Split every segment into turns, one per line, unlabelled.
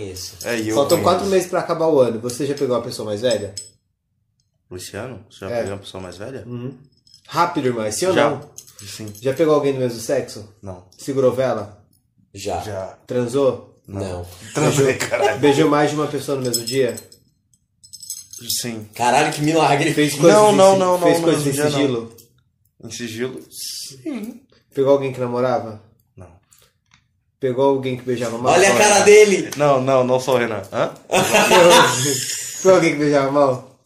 Isso.
É, e eu
Faltam
conheço.
quatro meses pra acabar o ano. Você já pegou a pessoa mais velha?
Luciano? Você já
É.
pegou uma pessoa mais velha?
Rápido, irmã, sim ou
Uhum. já?
não?
Sim.
Já pegou alguém do mesmo sexo?
Não.
Segurou vela?
Já.
Já.
Transou?
Não.
Transei, caralho.
Beijou mais de uma pessoa no mesmo dia?
Sim.
Caralho, que milagre.
Fez coisas
Não,
em
não,
si-
não, não,
Fez
no
coisas em
mesmo dia,
sigilo?
Em sigilo? Sim.
Pegou alguém que namorava?
Não.
Pegou alguém que beijava mal?
Olha a cara dele.
Não, não, não sou o Renan. Hã?
Pegou alguém que beijava mal?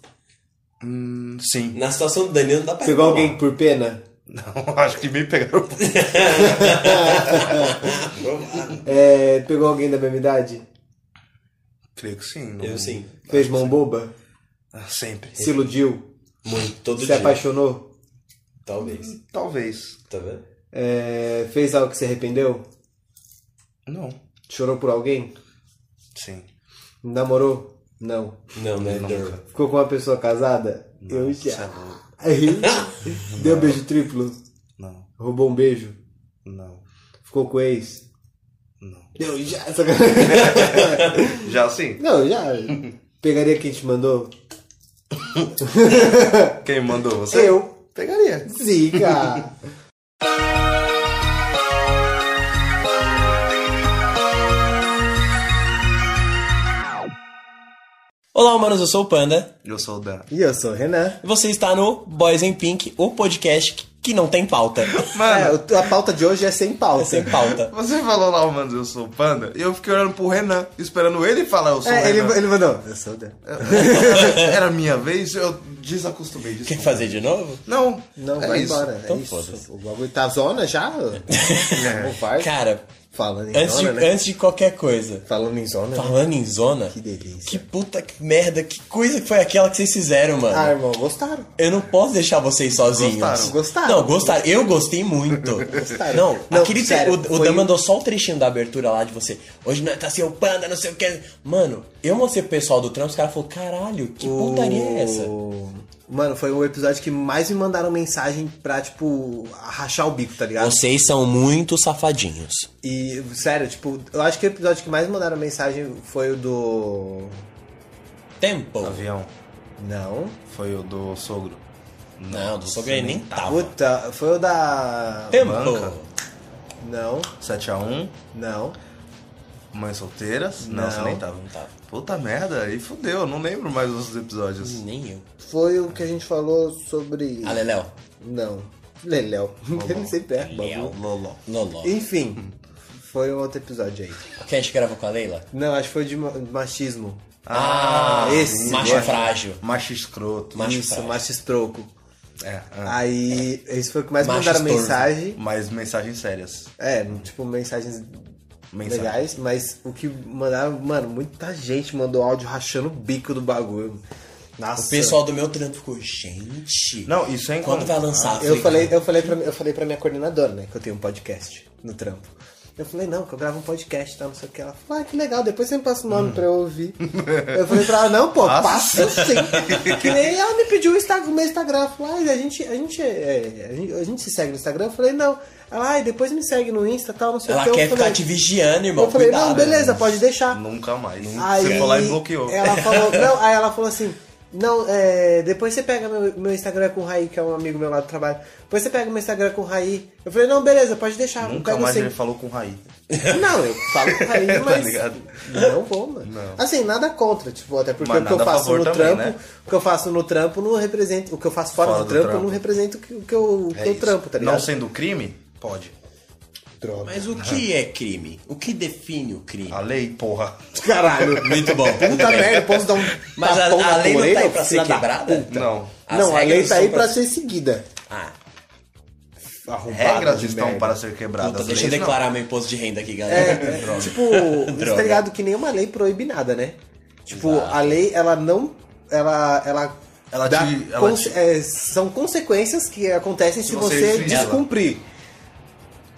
Hum, sim.
Na situação do Danilo não dá pra
Pegou
reclamar.
alguém por pena?
Não, acho que me pegaram.
É, pegou alguém da mesma idade?
Creio que sim. não-
Eu sim.
Fez mão boba?
Ah, Sempre.
Se iludiu?
Muito. Todo
Se
dia.
apaixonou?
Talvez.
Talvez.
Tá vendo?
É, fez algo que se arrependeu?
Não.
Chorou por alguém?
Sim.
Namorou? Não.
Não, né? Dor.
Ficou com uma pessoa casada? Eu
Nossa, é
já.
louco.
Aí, deu beijo triplo?
Não,
Roubou um beijo?
não,
Ficou com o ex?
não.
Deu já. sacanagem.
Já sim.
Não, já. Pegaria quem te mandou?
Quem mandou você?
Eu.
Pegaria.
Zica!
Olá, humanos. Eu sou o Panda.
Eu sou o Dan.
E eu sou o Renan.
E você está no Boys in Pink, o podcast que- que não tem pauta.
Mano,
É, o- a pauta de hoje é sem pauta.
É sem pauta.
você falou lá, mano, eu sou o Panda, e eu fiquei olhando pro Renan, esperando ele falar eu sou o
É, ele,
Renan.
ele mandou. Eu sou o Dan.
Era a minha vez, eu desacostumei disso.
Quer fazer de novo?
Não,
Não,
é
vai
isso.
embora.
Então
é
foda-se.
isso. O bagulho tá zona já? Não vai.
Cara,
Falando em
antes de,
zona, né?
antes de qualquer coisa.
Falando em zona. né?
Falando em zona.
Que delícia.
Que puta que merda, que coisa que foi aquela que vocês fizeram, mano.
Ah, irmão, gostaram.
Eu não posso deixar vocês sozinhos.
Gostaram.
Gostaram.
Não, gostaram. Eu gostei muito.
Gostaram.
Não,
Não,
aquele tre-
sério,
o, o
foi
Dan
um-
mandou só o trechinho da abertura lá de você. Hoje nós tá assim, o panda, não sei o que. Mano, eu mostrei pro pessoal do trampo, os caras falaram, caralho, que putaria é essa?
O- Mano, foi o episódio que mais me mandaram mensagem pra, tipo, rachar o bico, tá ligado?
Vocês são muito safadinhos.
E, sério, tipo, eu acho que o episódio que mais mandaram mensagem foi o do.
Tempo.
Avião,
Não.
foi o do sogro.
Não, do sogro ele nem tá. tava.
Puta, foi o da.
Tempo.
banca.
Não,
7x1,
não.
mães solteiras. Não,
Não.
você nem tava.
Não tava.
Puta merda, aí fudeu, eu não lembro mais dos outros
Hum.
episódios.
Nem eu.
Foi o que a gente falou sobre.
Ah, Leléo.
Não. Leléu. Ele sempre é.
Leléu.
babu.
Loló.
Loló.
Enfim, foi um outro episódio aí.
O que a gente gravou com a Leila?
Não, acho que foi de ma- machismo.
Ah,
esse
Macho
gosta.
frágil.
Macho escroto.
Macho
Isso,
frágil.
machistroco.
É, ah.
Aí, esse foi o que mais
Macho
mandaram
estorvo.
mensagem.
Mas mensagens sérias.
É, tipo, mensagens
Mensagem.
legais, mas o que mandaram, mano, muita gente mandou áudio rachando o bico do bagulho. Nossa.
O pessoal do meu trampo ficou, gente.
Não, isso é em
Quando vai lançar?
tá?" Eu falei, eu falei, pra, eu falei pra minha coordenadora, né, que eu tenho um podcast no trampo. Eu falei, não, que eu gravo um podcast, tá, não sei o que. Ela falou, ah, que legal, depois você me passa o nome pra eu ouvir. eu falei pra ela, não, pô,
Nossa.
passa sim. que nem ela me pediu o, Instagram, o meu Instagram. Ela falou, ah, a gente, a, gente, é, a gente, a gente se segue no Instagram? Eu falei, não. Ela, ah, depois me segue no Insta, tal, não sei o
Ela
que. então Eu
quer
falei-
ficar te vigiando, irmão.
Eu falei,
Cuidado.
não, beleza, pode deixar.
Nunca mais.
Aí,
Você foi lá e bloqueou.
Ela falou, não, aí ela falou assim: Não, é, depois você pega meu, meu Instagram com o Raí, que é um amigo meu lá do trabalho. Depois você pega meu Instagram com o Raí. Eu falei, não, beleza, pode deixar. eu
Nunca
pego
mais
sim.
ele falou com o Raí.
Não, eu falo com o Raí, mas.
ligado?
não vou, mano.
Não.
Assim, nada contra, tipo, até porque
Mas
o que eu
nada a
faço
favor
no
também,
trampo.
né?
O que eu faço no trampo não representa. O que eu faço fora, do, trampo, não representa o que, o que eu, o que
É
eu
isso.
trampo, tá ligado?
Não sendo crime, pode.
Droga.
Mas o que é crime? O que define o crime?
A lei, porra.
Ah, Caralho.
Muito bom. tudo
Puta
bem.
merda, posso dar um.
Mas a,
tapão
a
na
lei não tá
orelha,
aí pra ser
filha da
quebrada?
puta? Tá,
Não.
As
não, a lei
regras
tá aí
são
pra ser seguida.
Ah,
Arrombada
Regras
de
estão
merda.
para ser quebradas.
puta, deixa eu
leis não.
declarar meu imposto de renda aqui,
É,
galera.
tá, é
Droga.
tipo,
Droga.
você tá ligado que nenhuma lei proíbe nada, né? Tipo, a lei, ela não. Ela. Ela,
Ela
dá
te- ela
conse-
te-
é, são consequências que acontecem se,
Se você
você,
infringir ela.
descumprir.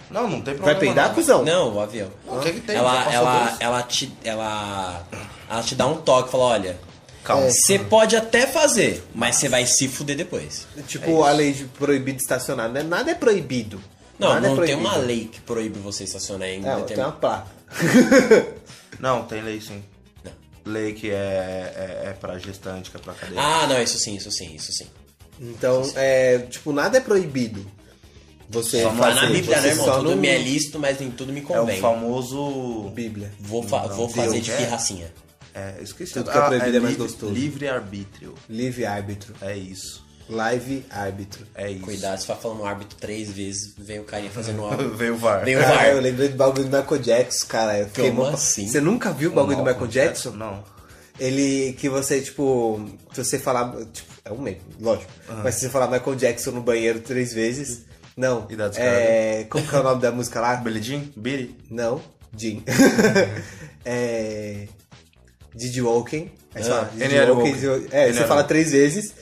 Não, não tem problema.
Vai peidar,
não.
cuzão?
Não, o avião.
O que que tem? Já
Ela,
passou
ela,
dois.
ela, te, ela, ela te dá um toque e fala, olha,
Calma.
você pode até fazer, mas você vai se fuder depois. É
Tipo, a lei de proibir de estacionar, né? Nada é proibido.
Não,
Nada é
não tem
proibido.
uma lei que proíbe você estacionar em
É, tem
determinado...
uma placa.
Não, tem lei sim.
Não.
Lei que é, é, é pra gestante, que é pra cadeia.
Ah, não, isso sim, isso sim, isso sim.
Então, é, tipo, nada é proibido. Você
Só não é na
fazer,
Bíblia,
você
né, irmão?
só
Tudo
não-
me é lícito, mas nem tudo me
é o
convém.
famoso.
Bíblia.
Vou, fa-
Não,
vou
Deus
fazer de
quer.
pirracinha.
É, esqueci.
Tudo que é proibido é mais gostoso.
Livre-arbítrio.
Livre árbitro.
É isso.
Live árbitro.
É isso.
Cuidado, se for falando um árbitro três vezes, vem o carinha fazendo um árbitro.
Veio o VAR.
Veio o
Cara, eu
VAR.
lembrei do bagulho do Michael Jackson, cara. Eu fiquei
Como
mó-
assim?
Você nunca viu o bagulho do Michael Jackson?
Não.
Ele que você, tipo, se você falar. Tipo, é um meme, lógico. Mas se você falar Michael Jackson no banheiro três vezes. Não.
E dá descarga.
é, como que é o nome da música lá?
Billy Ah, Jean? Billy?
Não, Jim.
Uhum.
é. Didi Walken. Aí você
Ah,
fala, Didi
N.R.
Walken,
Walken.
Didi- É, você
N.R.
fala três vezes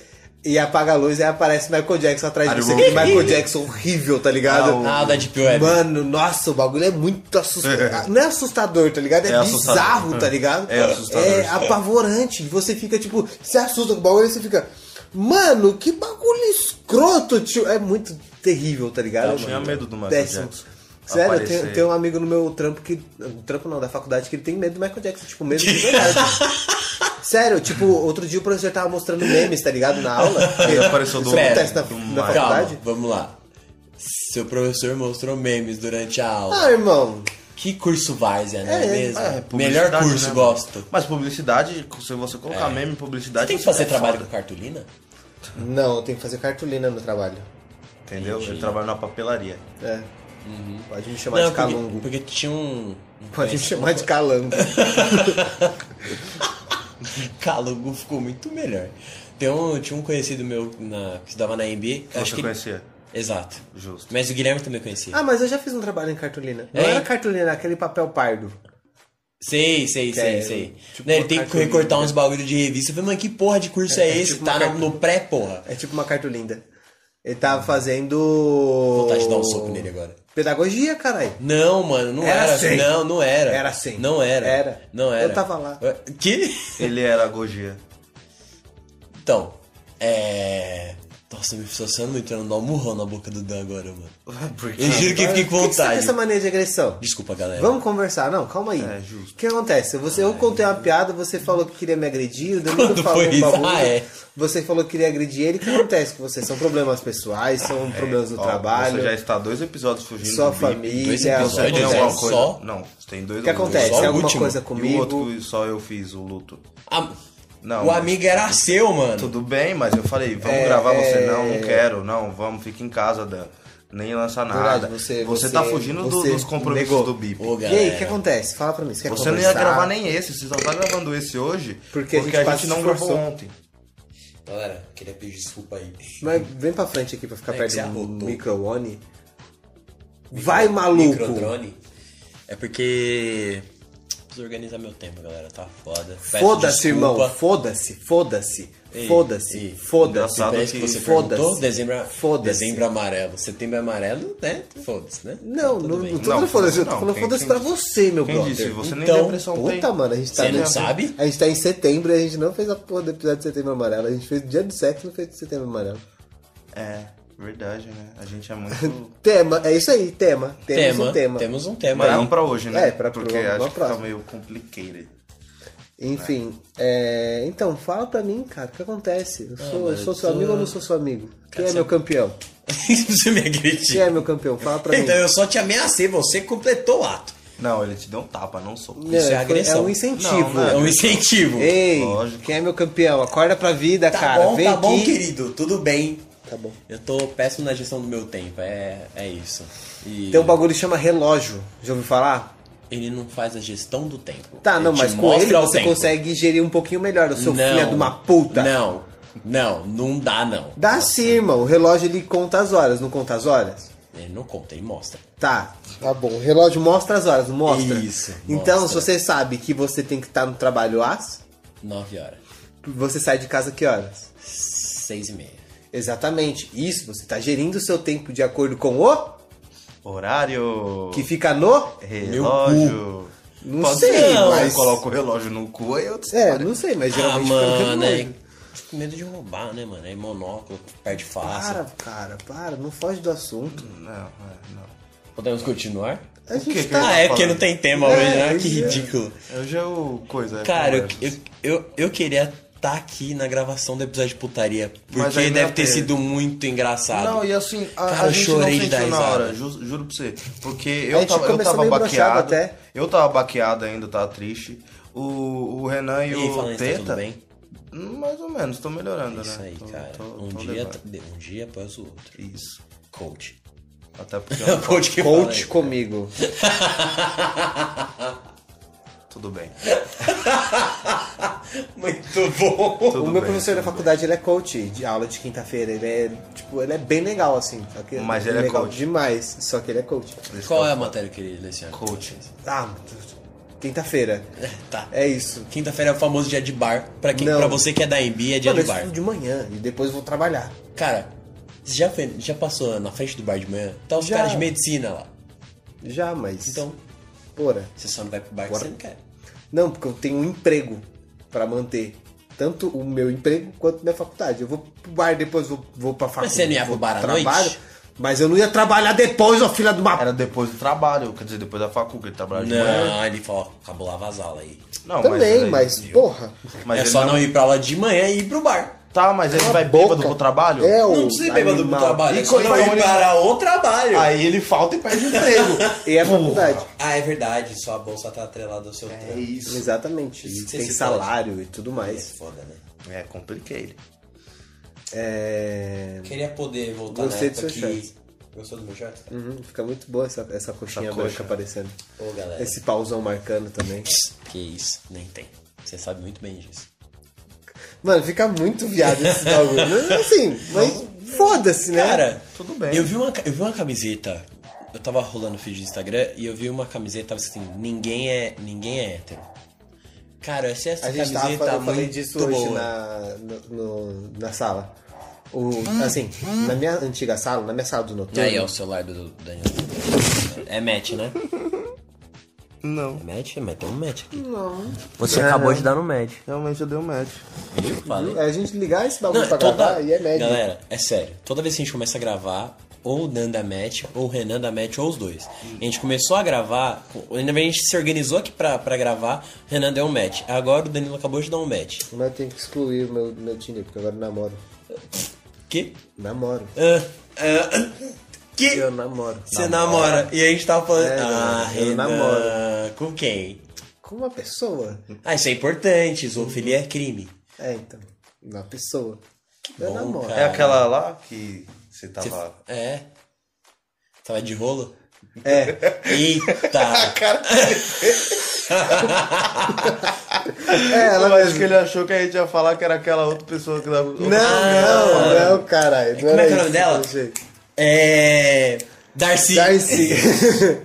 e apaga a luz e aparece Michael Jackson atrás de
Ari
você. Que
Walken.
Michael Jackson horrível, tá ligado?
Ah, o-
Ah, da Deep Web.
Mano, nossa, o bagulho é muito assustador. Não é assustador, tá ligado? É,
É assustador.
bizarro, tá ligado?
É assustador.
É apavorante. Você fica, tipo, se assusta com o bagulho e você fica. Mano, que bagulho escroto, tio. É muito terrível, tá ligado?
Eu
É
tinha
muito
medo do Michael
péssimo.
Jackson.
Sério, eu
Aparecer.
tenho, tenho um amigo no meu trampo que. no Trampo não, da faculdade, que ele tem medo do Michael Jackson, tipo, medo de verdade. Sério, tipo, outro dia o professor tava mostrando memes, tá ligado? Na aula.
Aí apareceu
Isso
do-
acontece na,
do
na
Michael.
Calma,
faculdade.
vamos lá. Seu professor mostrou memes durante a aula.
Ah, irmão.
Que curso Várzea, não é,
É,
mesmo?
É,
Melhor
publicidade,
curso,
né?
gosto.
Mas publicidade, se você colocar
É.
meme em publicidade.
Você tem que
isso
fazer
é
trabalho
foda,
com cartolina?
Não, eu tenho que fazer cartolina no trabalho.
Entendeu? Ele trabalha na papelaria.
É.
Uhum.
Pode me chamar de
porque-
calungo.
porque, tinha um... um
Pode me
conhecido-
chamar de calango.
Calungo ficou muito melhor. Tem um, tinha um conhecido meu na, que estudava na MB.
Que
acho
você
que...
conhecia.
Exato.
Justo.
Mas o Guilherme também conhecia.
ah, mas eu já fiz um trabalho em cartolina. Não
É?
era cartolina, era aquele papel pardo.
Sei, sei, sei,
é,
sei.
tipo
Né, ele
uma
tem que
cartolina.
recortar uns bagulho de revista. Eu falei, mano, que porra de curso é,
é
esse?
tipo
tá
uma
no,
cartolina.
no pré, porra.
É tipo uma cartolinda. Ele tava fazendo.
Vontade de dar um soco nele agora.
Pedagogia, caralho.
Não, mano, não
Oh. Era
era.
sim.
Não, não era.
Era sim.
Não era.
Era.
Não era.
Eu tava lá.
Que?
Ele era Gogia.
Então, é. Nossa, me associando muito, eu não dá um murrão na boca do Dan agora, mano.
Porque.
Eu juro que eu fiquei com
Por que que você tem
vontade. É.
essa mania de agressão?
Desculpa, galera.
Vamos conversar, não, calma aí.
É, justo.
O que acontece? Você, eu contei uma piada, você falou que queria me agredir, o
É, Quando
Danilo falou
foi
um
isso?
bagulho,
Ah, é.
você falou que queria agredir ele. O que acontece com você? São problemas pessoais, são
É,
problemas do
Ó,
trabalho.
Você já está dois episódios fugindo
Só
do bip.
família,
dois
Você
episódios,
tem
acontece.
é alguma coisa?
Só?
Não, você tem dois
O que acontece?
Só o
Tem alguma
último.
coisa
E o
comigo?
outro só eu fiz, o luto.
Ah,
Não,
o
mas-
amigo era seu, mano.
Tudo bem, mas eu falei, vamos
É,
gravar você.
é.
Não, não quero, não, vamos, fica em casa, Dan. Nem lança nada.
Verdade, você-
tá
você-
fugindo do-
você
dos compromissos
negou.
do BIP.
Ô,
E
galera.
aí, o que acontece? Fala pra mim. Você, quer
Você não ia
conversar?
gravar nem esse, você só tá gravando esse hoje
Porque a gente
a
quase
gente não
se
gravou
forçou.
ontem.
Galera, queria pedir desculpa aí.
Mas vem pra frente aqui pra ficar
É que
perto
você
do
arrotou.
micro-one. Vai, maluco!
Microdrone. É porque. Preciso organizar meu tempo, galera. Tá foda. Peço
Foda-se,
desculpa.
irmão. Foda-se, foda-se.
Ei, ei.
Foda-se, foda-se.
Engraçado
Parece que você perguntou.
Foda-se.
Dezembro, é-
Foda-se.
dezembro amarelo. Setembro amarelo, né? Foda-se, né?
Não,
Tudo
não,
bem.
não tô falando
Não,
foda-se, eu tô
não,
falando
quem-
foda-se
quem
pra
disse?
você, meu
Quem
brother.
disse? Você nem é um
Então,
depressão
Puta,
tem.
mano, a gente tá.
Você não
nessa-
sabe?
A gente tá em setembro e a gente não fez a porra do episódio de setembro amarelo. A gente fez dia do sexo e não fez de setembro amarelo.
É, verdade, né? A gente é muito...
Tema, é isso aí, tema. Temos
tema,
um tema.
Temos um tema
Mas
aí.
não pra hoje, né?
É, pra-
Porque
pra- pra
acho que tá
próxima.
meio complicated.
Enfim, é, então, fala pra mim, cara, o que acontece? Eu
Ah,
sou, eu sou seu amigo ou não sou seu amigo? Quem é meu campeão?
tá-
você me
Quem
agrediu.
é meu campeão? Fala pra mim.
Então eu só te ameacei, você completou o ato.
Não, ele te deu um tapa, não sou.
Não,
isso é
foi-
agressão.
É um incentivo.
Não,
É
não
um incentivo.
Ei,
Lógico.
quem é meu campeão? Acorda pra vida,
tá
cara.
bom,
Vem
tá
aqui.
bom, querido. Tudo bem.
Tá bom.
Eu tô péssimo na gestão do meu tempo. É, é isso. E
Tem um bagulho que chama relógio. Já ouviu falar?
ele não faz a gestão do tempo.
Tá, não,
te
mas com
mostra
ele
o
você
tempo.
consegue gerir um pouquinho melhor. O seu
Não.
filho é de uma puta.
Não, não, não dá não.
Dá sim, irmão. O relógio ele conta as horas, não conta as horas?
Ele É, não conta, ele mostra.
Tá, tá bom. O relógio mostra as horas, não mostra?
Isso,
Então,
mostra.
se você sabe que você tem que estar no trabalho às,
9 horas,
você sai de casa que horas?
6 e meia.
Exatamente. Isso, você tá gerindo o seu tempo de acordo com o
Horário...
que fica no...
Relógio...
Não
Pode
sei,
ser,
mas-
Eu coloco o relógio no cu e eu
É, não sei, mas
Ah,
geralmente fica no
mano,
relógio.
é... Tô com medo de roubar, né, mano? É monóculo, perde fácil.
Para, cara, para, não foge do assunto.
Não, é, não.
Podemos continuar?
A gente
que que
tá.
Ah, é porque não tem tema hoje, né? Que
hoje é.
ridículo.
Hoje é o coisa. é
Cara, eu,
conversas.
eu, eu, eu queria estar aqui na gravação do episódio de putaria.
Mas
Porque
aí não
deve ter
teve.
sido muito engraçado.
Não, e assim, a,
Cara,
a
eu
gente
chorei de
não
dar
sentiu na
risada.
hora, ju- juro pra você. Porque
A
eu
gente
tava, eu
começou
tava
meio broxado
baqueado.
até.
Eu tava baqueado ainda, tava triste. O, o Renan e,
E aí,
o
falando isso, tá tudo
Teta.
bem?
Mais ou menos, tô melhorando, né?
Isso aí,
Tô-
cara.
tô-
um,
tô
dia,
levando.
um dia após o outro.
Isso.
Coach.
Até porque.
É o coach que fala
Coach
isso.
comigo.
Tudo bem.
Muito bom.
Tudo
o meu
bem,
professor da
tudo
faculdade, ele é coach de aula de quinta-feira. Ele é, tipo, ele é bem legal, assim. Só que
Mas ele é
legal
coach.
demais. Só que ele é coach.
Esse
Qual
é
é a matéria que ele leciona?
Coach.
Ah, meu Deus. quinta-feira.
Tá.
É isso.
Quinta-feira é o famoso dia de bar. Pra, quem,
Não.
pra você que é da MB, é dia
Mano, eu
de bar.
estudo de manhã e depois eu vou trabalhar.
Cara, você já, foi- já passou na frente do bar de manhã? Tá os
Já.
caras de medicina lá.
Já, mas...
Então,
Bora.
você só não vai pro bar que
Bora.
você não quer.
Não, porque eu tenho um emprego pra manter. Tanto o meu emprego quanto minha faculdade. Eu vou pro bar depois, vou, vou pra faculdade.
você não ia pro
vou
bar à
trabalho,
noite?
Mas eu não ia trabalhar depois, ô filha do uma...
Era depois do trabalho, quer dizer, depois da faculdade, ele trabalhava de manhã.
Não, ele falou, acabou lava as aulas aí.
Não,
Também,
ele- é
mas, porra...
mas
é
ele
só não... ir pra aula de manhã e ir pro bar.
Tá, mas ele vai bêbado pro trabalho?
É, o
Não precisa ir bêbado pro
animal.
trabalho.
E
é
quando
só
vai
ir
olhar-
para o trabalho.
Aí ele falta e perde emprego.
E a faculdade.
Ah, é verdade, sua bolsa tá atrelada ao seu
É
trampo.
isso.
Exatamente.
Isso
E
que você
tem
se
salário e tudo
É
mais.
foda, né?
É, compliquei ele.
É.
Queria poder voltar
Gostei
na
do
época
seu
que... Gostou do meu short?
Uhum, fica muito boa essa, essa coxinha
Essa
branca
coxa.
aparecendo.
Ô, galera.
Esse pauzão marcando também.
Que isso, nem tem. Você sabe muito bem disso.
Mano, fica muito viado esse bagulho. Mas, Assim, mas foda-se, né?
Cara,
Tudo bem.
Eu vi uma, eu vi uma camiseta. Eu tava rolando o feed do Instagram e eu vi uma camiseta tava assim, ninguém é, ninguém é hétero. Cara, eu achei essa
a gente
camiseta
tava falando, eu falei
muito
disso hoje né?
boa.
na, no- no- na sala. O, assim, na minha antiga sala, na minha sala do
E
noturno.
aí, ó, o celular do do Daniel. É match, né?
Não.
É match? É match. Tem um match aqui.
Não.
Você
É,
acabou
né?
de dar no match.
Realmente eu dei um match.
Eu falei.
É a gente ligar esse bagulho
Não,
pra
toda-
gravar e é médio.
Galera, é sério. Toda vez que a gente começa a gravar, ou o Nanda match, ou o Renan da match, ou os dois. A gente começou a gravar, ainda bem que a gente se organizou aqui pra, pra gravar, o Renan deu um match. Agora o Danilo acabou de dar um match.
Mas eu tenho que excluir o meu, meu Tinder, porque agora eu namoro.
Que?
Namoro.
Ah, ah, que?
Eu namoro.
Você namora. E a gente tava falando.
É,
ah,
eu
Renan.
namoro.
Com quem?
Com uma pessoa.
Ah, isso é importante. Zoofilia é crime.
É, então. Uma pessoa. eu
bom,
namoro.
cara.
É aquela lá que você tava.
É. Tava de rolo?
É.
Eita!
É, ela
eu acho
mesma.
que ele achou que a gente ia falar que era aquela outra pessoa que tava.
Não, não, não, caralho. Não
Como Ah, é
era
que é o nome
isso,
dela?
desse jeito.
É. Darcy.
Darcy.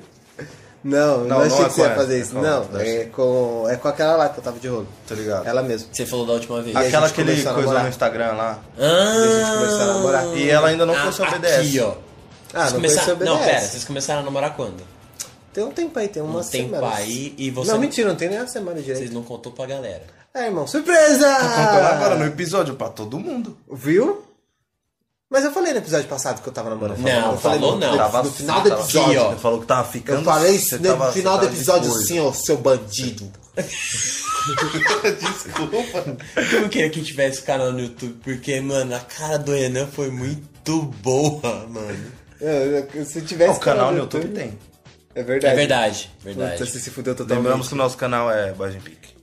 não, não,
Tá Não, não é
achei que você ia
com ela,
fazer
é
isso.
com ela,
não, é com, é com aquela lá que eu tava de rolo.
Tá ligado?
Ela mesma.
Você falou da última vez.
Aqui.
Aquela
gente
que ele
começou a
coisou
namorar.
no Instagram lá.
Ah,
E a gente começou a namorar.
E ela ainda não conheceu o BDS.
Aqui, ó.
Ah,
Vocês começaram-
não conheceu o BDS.
Não, pera, vocês começaram a namorar quando?
Tem um tempo aí, tem uma
Um tempo
semana.
aí e você.
Não, mentira, não tem nem uma semana direito.
Vocês não contou pra galera.
É, irmão, surpresa!
Tá Contando agora né? no episódio pra todo mundo.
Viu? Mas eu falei no episódio passado que eu tava namorando.
Não,
eu falei
falou
no-
não.
No,
Tava
no final do
tava-
episódio.
Aqui, ó.
Você falou que tava ficando.
Eu falei isso né?
você
no
tava-
final
você
do
tava de
episódio
coisa.
sim, ó, seu bandido.
Desculpa.
Eu queria que tivesse canal no YouTube, porque, mano, a cara do Renan foi muito boa, mano.
Eu- eu- É, Se tivesse.
É, O canal no YouTube tem.
É
É
verdade.
verdade,
Puta, você
verdade.
se fudeu totalmente.
Lembramos que o nosso canal é Bajin Pique.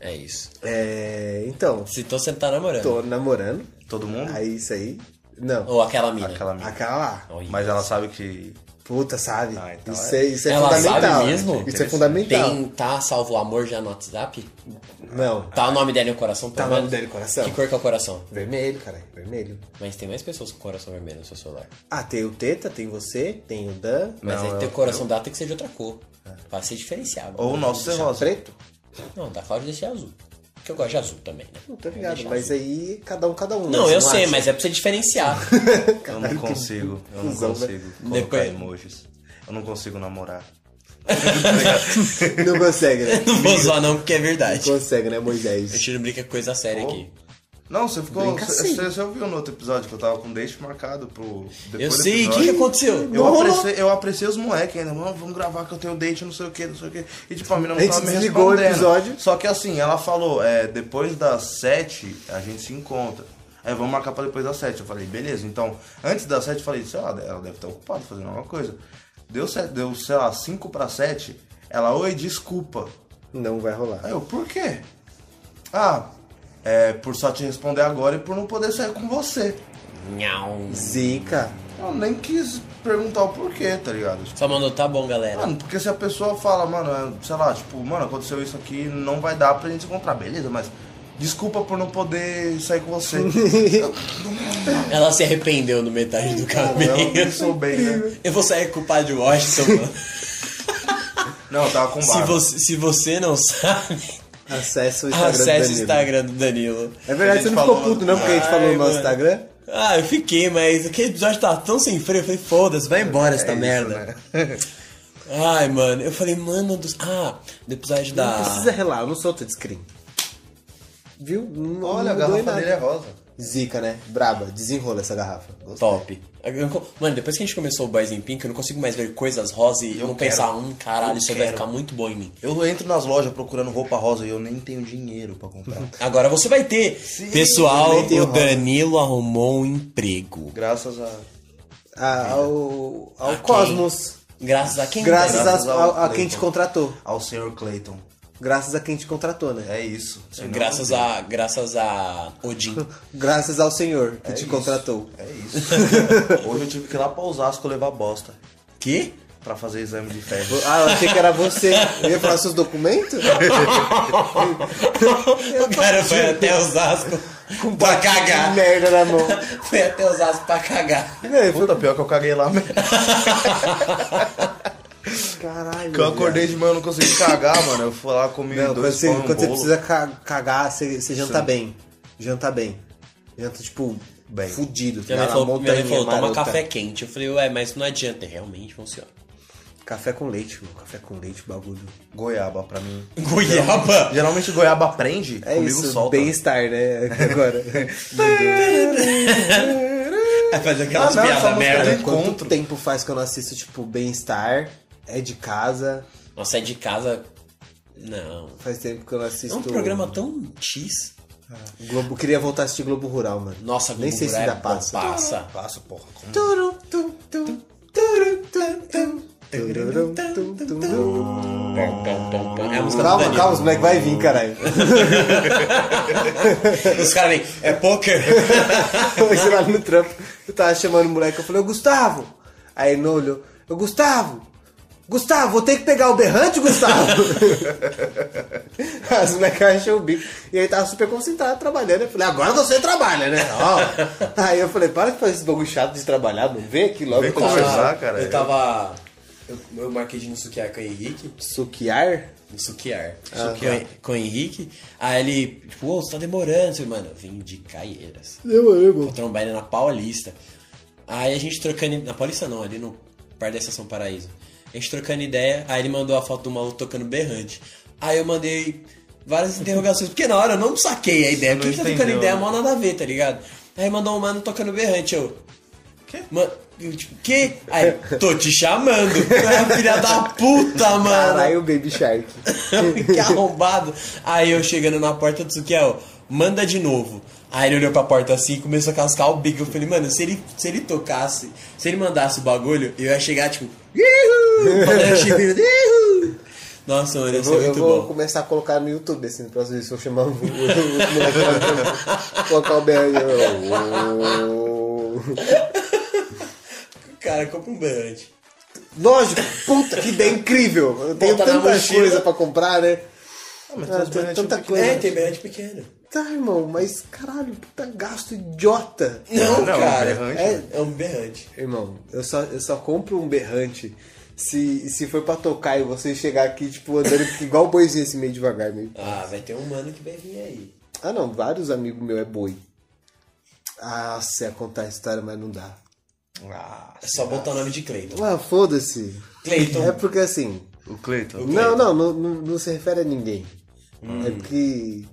É isso.
É, então,
Então você tá namorando.
tô namorando.
Todo mundo?
Aí isso aí. Não.
Ou aquela mina.
Aquela mina.
Aquela lá.
Olha.
Mas ela sabe que.
Puta, sabe?
Ah, então
isso
é.
é, isso é
Ela sabe
fundamental.
mesmo?
Isso é
Interessante.
fundamental.
Tem, tá salvo o amor já no WhatsApp?
Não.
Tá o nome dele no coração?
Tá
pelo
o nome
menos?
dele no coração?
Que cor que é o coração?
Vermelho, caralho. Vermelho.
Mas tem mais pessoas com coração vermelho no seu celular.
Ah, tem o Teta, tem você, tem o Dan.
Mas
Não,
aí
eu-
teu coração dela tem que ser de outra cor. Pra ser diferenciado.
Ou o nosso ser rosa.
Preto?
Não, da Cláudia deixei azul. Porque eu gosto de azul também, né?
Não tô ligado,
Deixa
mas aí cada um, cada um.
Não,
né?
eu
Você
sei,
acha?
mas é pra você diferenciar.
Eu não consigo. Eu não
cuzão, né?
consigo colocar
Depois-
emojis. Eu não consigo namorar.
Não consegue, né?
não vou zoar não, porque é verdade.
Não consegue, né,
A
Moisés?
gente não brinca com coisa séria aqui.
Não, você ficou.
Brinca
Você,
assim.
você- você ouviu no outro episódio que eu tava com o date marcado pro. Depois
Eu
do
sei, o que, que
episódio.
aconteceu?
Eu
Não rolou.
apreciei, eu apreciei os moleques ainda, mano, vamos gravar que eu tenho date, não sei o que, não sei o que. E tipo, a menina
A
não
gente
tava me
desligou o
respondendo.
episódio.
Só que assim, ela falou, é, depois das sete a gente se encontra. Aí vamos marcar pra depois das sete. Eu falei, beleza, então, antes das sete eu falei, sei lá, ela deve estar ocupada fazendo alguma coisa. Deu, sete, deu sei lá, cinco pra sete, ela, oi, desculpa.
Não vai rolar.
Aí eu, por quê? Ah, é por só te responder agora e por não poder sair com você.
Nhau.
Zica.
Eu nem quis perguntar o porquê, tá ligado? Tipo,
Só mandou, tá bom, galera.
Mano, porque se a pessoa fala, mano, é, sei lá, tipo, mano, aconteceu isso aqui, não vai dar pra gente se encontrar, beleza, mas desculpa por não poder sair com você.
Ela se arrependeu no metade do
eu
caminho.
sou bem, né?
Eu vou sair com o pai de Washington, mano.
Não, eu tava com
Se
barba.
você, se você não sabe,
Acessa o Instagram
acesse o
do Danilo.
Instagram do Danilo.
A
É verdade, você
gente
não ficou
falou-
puto não porque a gente
Ai,
falou no nosso
mano.
Instagram?
Ah, eu fiquei, mas aquele episódio tava tão sem freio. Eu falei, foda-se, vai embora essa
isso,
merda. Ai, mano, eu falei, mano dos. Ah, do episódio da.
Tá.
Não precisa relar, eu não sou touch screen. Viu? Não,
Olha, a
não mudou
garrafa
em nada.
dele é rosa.
Zica, né? Braba, desenrola essa garrafa.
Top. Eu não- Mano, depois que a gente começou o Boys in Pink, eu não consigo mais ver coisas rosa e
Eu
não
quero.
pensar, hum, caralho,
Eu
isso vai
quero.
ficar muito bom em mim.
Eu entro nas lojas procurando roupa rosa e eu nem tenho dinheiro pra comprar.
Agora você vai ter.
eu
Pessoal,
nem tenho
o
rosa.
Danilo arrumou um emprego.
Graças a.
A- Ah, ao ao
A quem?
Cosmos.
Graças a quem?
Graças,
Danilo?
Graças
a,
ao
a- a quem te
Clayton.
contratou.
ao senhor Clayton.
Graças a quem te contratou, né?
É isso. Senão-
Graças a. Graças a. Odin.
Graças ao Senhor que
É
te
isso.
contratou.
É isso. Hoje eu tive que ir lá pra Osasco levar bosta
que?
pra fazer exame de ferro.
Ah, eu achei que era você. Eu ia falar seus documentos?
O cara foi até Osasco pra
Que
cagar.
Merda na mão.
Foi até Osasco pra cagar.
E aí, foi...
Puta, pior que eu caguei lá mesmo.
Caralho.
Que eu acordei de manhã eu não consegui cagar, mano. Eu fui lá comi
Não, quando
dois
você,
pão, um
quando você
bolo.
precisa ca- cagar, você, você janta
Sim.
bem. Janta bem. Janta, tipo,
Bem.
fudido. tá
Minha mãe
lá,
falou, minha mãe
montanha
falou toma
marota.
café quente. Eu falei, ué, mas não adianta. E Realmente funciona.
Café com leite, meu. Café com leite, bagulho.
Goiaba pra mim.
Goiaba?
Geralmente goiaba prende,
É
comigo
isso,
solta.
bem-estar, né? Agora. É,
Vai fazer aquelas
Ah, não, essa
piadas
música
merda.
é
Cara,
de-
quanto
encontro.
tempo faz que eu não assisto, tipo, bem-estar? É de casa.
Nossa, é de casa. Não.
Faz tempo que eu não assisto.
É um programa tão X.
Globo, queria voltar a assistir Globo Rural, mano.
Nossa,
Nem sei se
Globo
ainda
Rural é bom,
passa.
passa.
Passo, porra. como-
Turum, tum, tum, turum, tum, tum, tururum, tum, tum, tum.
É a música do
Calma,
Danilo.
calma, os moleque vai vir, caralho.
Os caras vêm, é poker.
Hoje lá no trampo, eu tava chamando o moleque, eu falei, ô Gustavo! Aí ele não olhou, ô Gustavo! Gustavo, vou ter que pegar o berrante, Gustavo! As moleques achou o bico. E ele tava super concentrado trabalhando. Eu falei, agora você trabalha, né? Ó. Aí eu falei, para de fazer esse bagulho chato de trabalhar, não vem aqui logo
Vem
pra gente
conversar. cara.
Eu tava. Eu, eu marquei de ir no Sukiar com o Henrique.
Suquear?
No Sukiar.
Ah.
Com, com o Henrique. Aí ele, tipo, ô, você tá demorando. Eu falei, mano, eu vim de Caieiras.
Demorei,
Vou trombar ele na Paulista. Aí a gente trocando. i- Na Paulista não, ali no par da Estação Paraíso. A gente trocando ideia, aí ele mandou a foto do maluco tocando berrante. Aí eu mandei várias interrogações, porque na hora eu não saquei a ideia,
não
porque a gente tá
entendeu,
tocando ideia,
né?
mó nada a ver, tá ligado? Aí mandou um mano tocando berrante, eu.
Quê?
Mano, eu tipo, que? Aí, tô te chamando. Ah, Filha da puta, mano.
Caralho, Baby Shark.
que arrombado. Aí eu chegando na porta do Sukiel, manda de novo. Aí ele olhou pra porta assim e começou a cascar o bico. Eu falei, mano, se ele, se ele tocasse, se ele mandasse o bagulho, eu ia chegar tipo. "Ihu!" Falando chifrinho, "Ihu!" Nossa, mano, ia
Eu
ser
vou, eu
é muito
vou
bom.
começar a colocar no YouTube, assim, no próximo vídeo, se eu chamar o o- o moleque lá pra colocar o berrante. eu-
Cara, compra um berrante.
Lógico, puta que ideia incrível. Eu tenho
Bota na
tanta
mochila.
coisa pra comprar, né?
Ah, mas
Ah,
tem
tem
uns
tanta
brilhantes
coisa.
É, tem berrante pequeno.
Tá, irmão, mas caralho, puta gasto idiota.
Não,
Não, é um
cara.
berrante,
é, é um berrante.
Irmão, eu só, eu só compro um berrante se, se for pra tocar e você chegar aqui, tipo, andando igual o boizinho assim, meio devagar. Meio...
Ah, vai ter um mano que vai vir aí.
Ah, não, vários amigos meus é boi. Ah, se ia contar a história, mas não dá.
Ah,
É só botar o nome de Cleiton.
Ah, foda-se.
Cleiton.
É porque assim.
o Clayton.
Hum.
Não, não, não, não, não se refere a ninguém. É porque.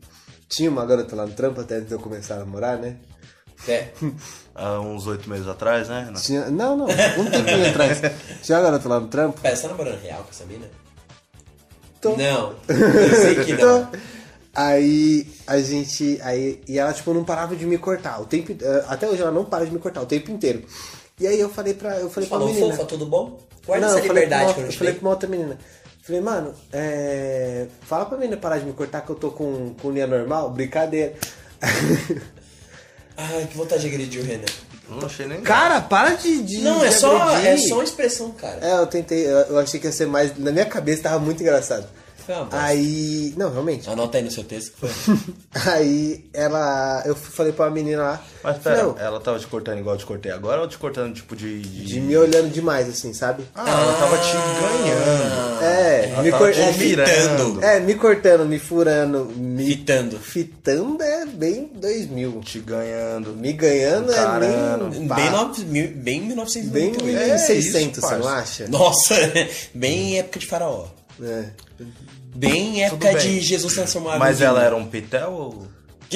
Tinha uma garota lá no trampo até antes de eu começar a namorar, né?
É.
Há uns oito meses atrás, né,
Ah.
Renan?
Tinha. Não, não, um tempinho atrás. Tinha uma garota lá no trampo.
Pera, você tá namorando real com essa mina?
Tô.
Não. Eu sei que não.
Então, Aí a gente. Aí, e ela, tipo, não parava de me cortar. O tempo, eh, até hoje ela não para de me cortar o tempo inteiro. E aí eu falei pra. Eu falei pra
Falou,
menina.
fofa, tudo bom? Guarda
Não,
essa
eu falei
liberdade
pra uma-
que eu não
eu
te
falei
dei.
pra uma outra menina. Falei, mano, é, fala pra menina parar de me cortar que eu tô com, com linha normal? Brincadeira.
Ai, que vontade de agredir o Renan.
Não achei nem.
Cara, para de. de
Não,
de
é só,
agredir.
é só uma expressão, cara.
É, eu tentei, eu- eu achei que ia ser mais. Na minha cabeça tava muito engraçado.
Foi uma bosta.
Aí. Não, realmente.
Anota aí no seu texto que foi.
Aí ela. Eu falei pra uma menina lá.
Mas pera, é
não,
ela tava te cortando igual eu te cortei agora ou te cortando tipo de. de-
de me olhando demais, assim, sabe?
Ah, ela tava te ganhando.
é,
Ela
me
tava
cor-
te
é, fi-
mirando.
é, me cortando, me furando, me.
Fitando.
Fitando é bem 2000.
Te ganhando.
Me ganhando
Encarando.
é bem. pá,
Bem, nove, mil, bem 1998.
Bem
É isso,
600, você não
parça.
acha?
Nossa, bem época de faraó.
É.
Bem época
bem.
de Jesus transformado.
Mas ela era um pitel ou.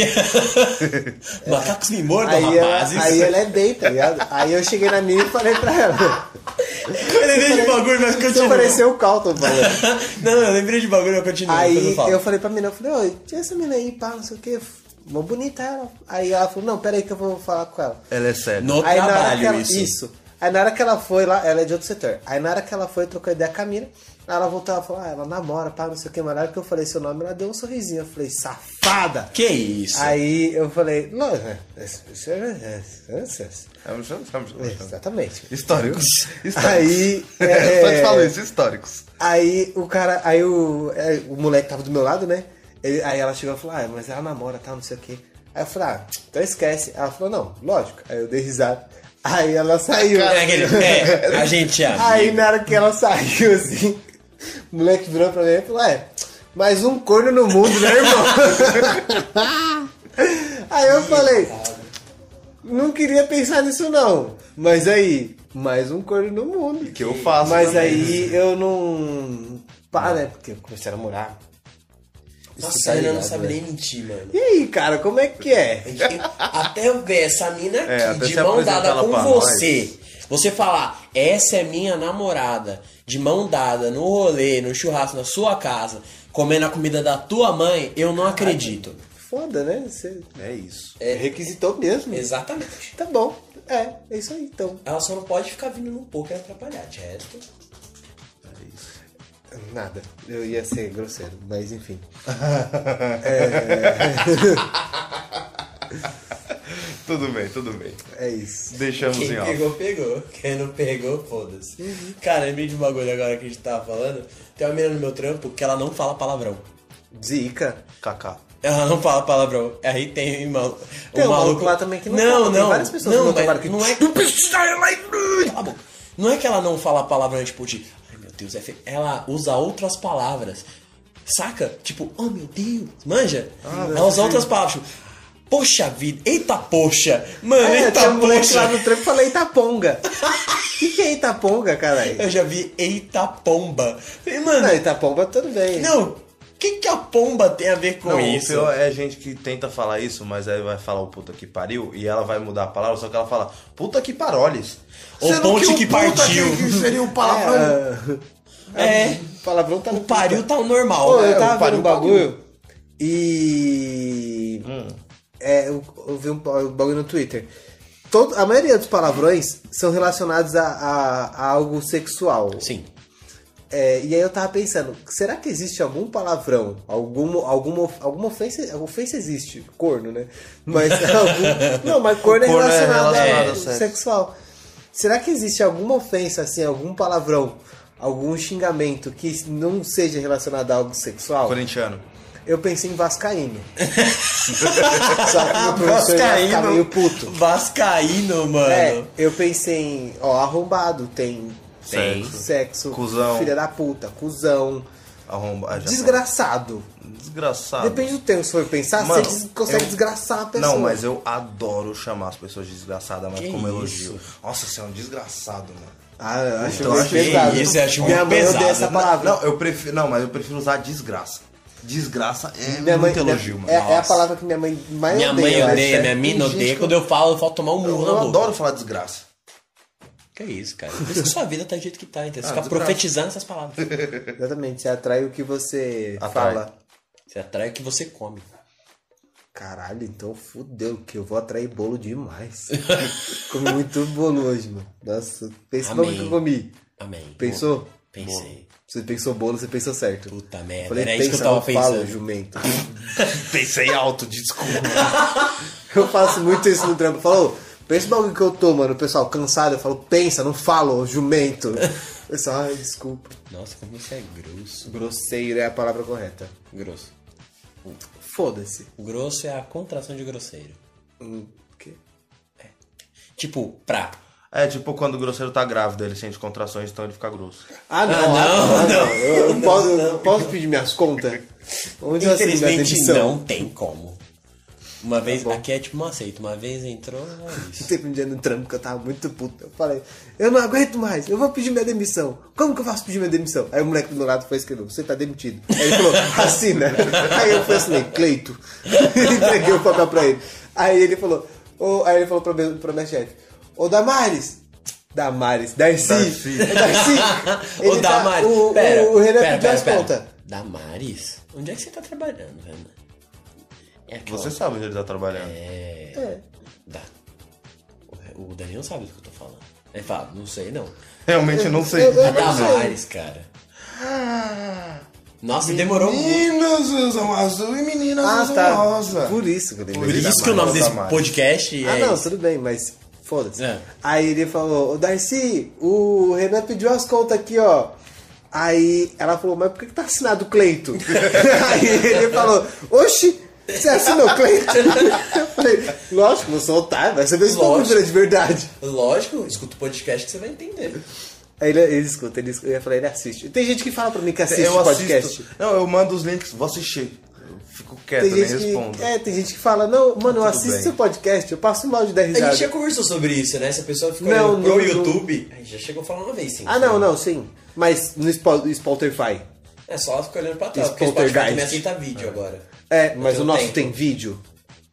Macacos me mordam,
Aí
rapazes.
ela, aí ela é bem, tá ligado? Aí eu cheguei na minha e falei pra ela.
Eu lembrei de um bagulho, mas
Você
continua.
pareceu o Calton falando.
Não, não, eu lembrei de um bagulho, mas continua. depois
Aí
eu falo.
eu falei pra menina, eu falei, ô, tinha essa menina aí, pá, não sei o que, mó bonita ela. Aí ela falou, não, peraí que eu vou falar com ela.
Ela é séria.
No
aí na hora
trabalho,
que ela,
isso.
Aí na hora que ela foi lá, ela é de outro setor. Aí na hora que ela foi, trocou ideia com a mina, aí ela voltou, ela falou, ah, ela namora, pá, não sei o que, mas na hora que eu falei seu nome, ela deu um sorrisinho. Eu falei, safada!
Que isso?
Aí eu falei, não, é, é, é, é, é, é, é, exatamente.
Históricos. Históricos.
Aí, é-
Só te falo isso, históricos.
Aí o cara, aí o, é, o moleque tava do meu lado, né? Ele- aí ela chegou e falou, ah, mas ela namora, tal, não sei o quê. Aí eu falei, ah, então esquece. Ela falou, não, lógico. Aí eu dei risada. Aí ela saiu.
É, aquele, é, a gente ama.
Aí na hora que ela saiu, assim, o moleque virou pra mim e falou, é, mais um corno no mundo, né, irmão? aí eu falei, não queria pensar nisso não. Mas aí, mais um corno no mundo.
Que eu faço.
Mas
também.
aí eu não. Pá, né? Porque eu comecei a namorar. Isso
Nossa,
tá
a Renan não
ligado,
sabe
né?
nem mentir, mano.
E aí, cara, como é que é?
A gente tem- Até eu ver essa mina aqui,
É, até
de
você
mão
apresentar
dada
ela
com
pra
você. Você falar, essa é minha namorada, de mão dada, no rolê, no churrasco, na sua casa, comendo a comida da tua mãe, eu não acredito.
Foda, né? Você
É isso.
É.
requisitou mesmo.
Exatamente.
Tá bom. É, é isso aí então.
Ela só não pode ficar vindo no pouco e atrapalhar, de resto.
Nada. Eu ia ser grosseiro, mas enfim.
Tudo bem, tudo bem.
É isso.
Deixamos
Quem
em off.
pegou, pegou. Quem não pegou, foda-se.
Uhum.
Cara, lembrei de um bagulho agora que a gente tava falando. Tem uma menina no meu trampo que ela não fala palavrão.
Zica.
Kaká.
Ela não fala palavrão. Aí tem o maluco.
Tem um maluco lá também que não
Não,
fala.
não.
Tem várias pessoas
não,
no meu
mas
trabalho que-
Não é Cala a boca. Não é que ela não fala palavrão, tipo, de. Ai meu Deus, é feio. Ela usa outras palavras. Saca? Tipo, oh meu Deus. Manja?
Ah,
ela usa outras palavras. Tipo, poxa vida. Eita poxa. Mano,
É,
eita
tinha um moleque lá
poxa.
no trampo e falei Itaponga. O que, que é Itaponga, caralho?
Eu já vi eita pomba. Falei, mano,
Não, Itapomba tudo bem.
não. O que, que a pomba tem a ver com
Não,
isso?
o pior é gente que tenta falar isso, mas aí vai falar o puta que pariu e ela vai mudar a palavra, só que ela fala puta que paroles.
Ou
Sendo
ponte
o
que
puta
partiu.
Que, que seria o palavrão.
É,
É.
palavrão tá
O
no
pariu tá o normal.
Pô,
né?
eu tava
pariu
vendo um bagulho e.
Hum.
É, eu, eu vi um ba- um bagulho no Twitter. Todo, a maioria dos palavrões são relacionados a, a, a algo sexual.
Sim.
É, e aí eu tava pensando, será que existe algum palavrão? Algum, alguma, of- alguma ofensa. Ofensa existe, corno, né? Mas algum- Não, mas corno,
corno
é
é
relacionado,
relacionado
a,
ao sexo.
sexual. Será que existe alguma ofensa, assim, algum palavrão, algum xingamento que não seja relacionado a algo sexual?
Corintiano.
Eu pensei em Vascaíno. Só que meu professor ia ficar
Vascaíno.
meio puto.
Vascaíno, mano.
É, eu pensei em, ó, arrombado, tem
Tem.
sexo,
Cusão.
filha da puta, cuzão,
Arromba...
tá.
ah, já
desgraçado.
falei. Desgraçado.
Depende do tempo, se for pensar,
Mano,
você des- consegue
eu-
desgraçar a pessoa.
Não, mas eu adoro chamar as pessoas de desgraçada, mas
Que
como
isso?
elogio. Nossa, você é um desgraçado, mano.
Ah, eu acho
Então,
meio
acho
pesado.
que isso, eu acho
Minha
muito
mãe odeia
pesado.
essa
Não,
palavra.
não, eu prefiro, não, mas eu prefiro usar desgraça. Desgraça é
Minha mãe,
muito elogio, mano.
é, é a
Nossa.
palavra que minha mãe mais
Minha
odeia.
mãe
mas
odeia,
é-
minha mina
tem gente
odeia.
que-
Quando eu falo, eu falo tomar um murro
Eu
na boca.
adoro falar desgraça.
Que isso, cara. Por isso que sua vida tá do jeito que tá, então. Você
Ah,
fica
desgraça.
profetizando essas palavras.
Exatamente, você atrai o que você
Atrai.
fala.
Você atrai o que você come.
Caralho, então fudeu, que eu vou atrair bolo demais. comi muito bolo hoje, mano. Nossa, pensa no
Amém.
que eu comi.
Amém.
Pensou?
Pensei.
Você pensou bolo, você pensou certo.
Puta merda.
Falei,
Era
pensa,
isso que eu tava
não fala,
pensando.
jumento.
Pensei alto, desculpa.
Eu faço muito isso no trampo. Falou, pensa o bagulho que eu tô, mano. O pessoal cansado, eu falo, pensa, não falo, jumento. O pessoal, ai, desculpa.
Nossa, como você é grosso.
Grosseiro é a palavra correta.
Grosso.
Foda-se.
Grosso é a contração de grosseiro. É.
Hum, que-
Tipo, pra.
É tipo quando o grosseiro tá grávido, ele sente contrações, então ele fica grosso.
Ah, não, ah, não, ah, não. Eu, eu posso, eu posso pedir minhas contas? Onde eu assino minha
Infelizmente
demissão? Tá
não tem como. Uma vez. Aqui é tipo, não aceito. Uma vez entrou, é isso.
Teve um dia no trampo que eu tava muito puto. Eu falei, eu não aguento mais, eu vou pedir minha demissão. Como que eu faço pedir minha demissão? Aí o moleque do meu lado foi e escreveu, você tá demitido. Aí ele falou, assina. Aí eu fui assinei, Cleito. Entreguei o papel pra ele. Aí ele falou, ô- aí ele falou pra, minha- pra minha chefe, ô Damares! Damares, Darcy! É
Darcy.
Darcy! Ele
o Damaris.
Tá, o,
pera,
o, o Renan
pera,
pediu
pera,
as
pera.
contas.
Damaris? Onde é que você tá trabalhando, Renan? É aquela-
Você sabe onde ele tá trabalhando.
É.
Dá. O o Daniel sabe do que eu tô falando. Ele fala, não sei não.
Realmente não sei.
Eu- Ah, eu-
Damares, cara. Nossa, demorou muito.
Meninos usam azul e meninas
Ah,
usam
tá.
rosa.
Por isso que eu lembrei.
Por isso que o nome
Damares,
desse
Damares.
podcast
Ah,
é.
não,
esse.
tudo bem, mas foda-se.
É.
Aí ele falou: Ô Darcy, o Renan pediu as contas aqui, ó. Aí ela falou: Mas por que, que tá assinado Cleito? Aí ele falou: Oxi, você assinou Cleito? Eu falei: Lógico, eu sou otário, vai saber se foi
Lógico.
cultura de verdade.
Lógico, escuta o podcast que você vai entender.
Aí ele, ele escuta, ele escuta, eu falei: Ele assiste. Tem gente que fala pra mim que assiste
eu
o podcast.
assisto. Não, eu mando os links, vou assistir. Eu fico quieto,
Tem
nem
gente,
respondo.
que, é, tem gente que fala, não, mano,
Tudo
eu assisto
bem. é
seu podcast, eu passo mal de 10
A gente
risadas.
já conversou sobre isso, né? Se a pessoa ficou
Não,
olhando pro
não, não.
YouTube, a gente já chegou a falar uma vez, sim.
Ah, não, não, sim. Mas no Spo- Spotify.
É só ela ficar olhando pra trás,
Esse
porque o Spotify
poltergeist.
também aceita vídeo agora.
É, mas
Eu
o nosso
tenho.
tem vídeo.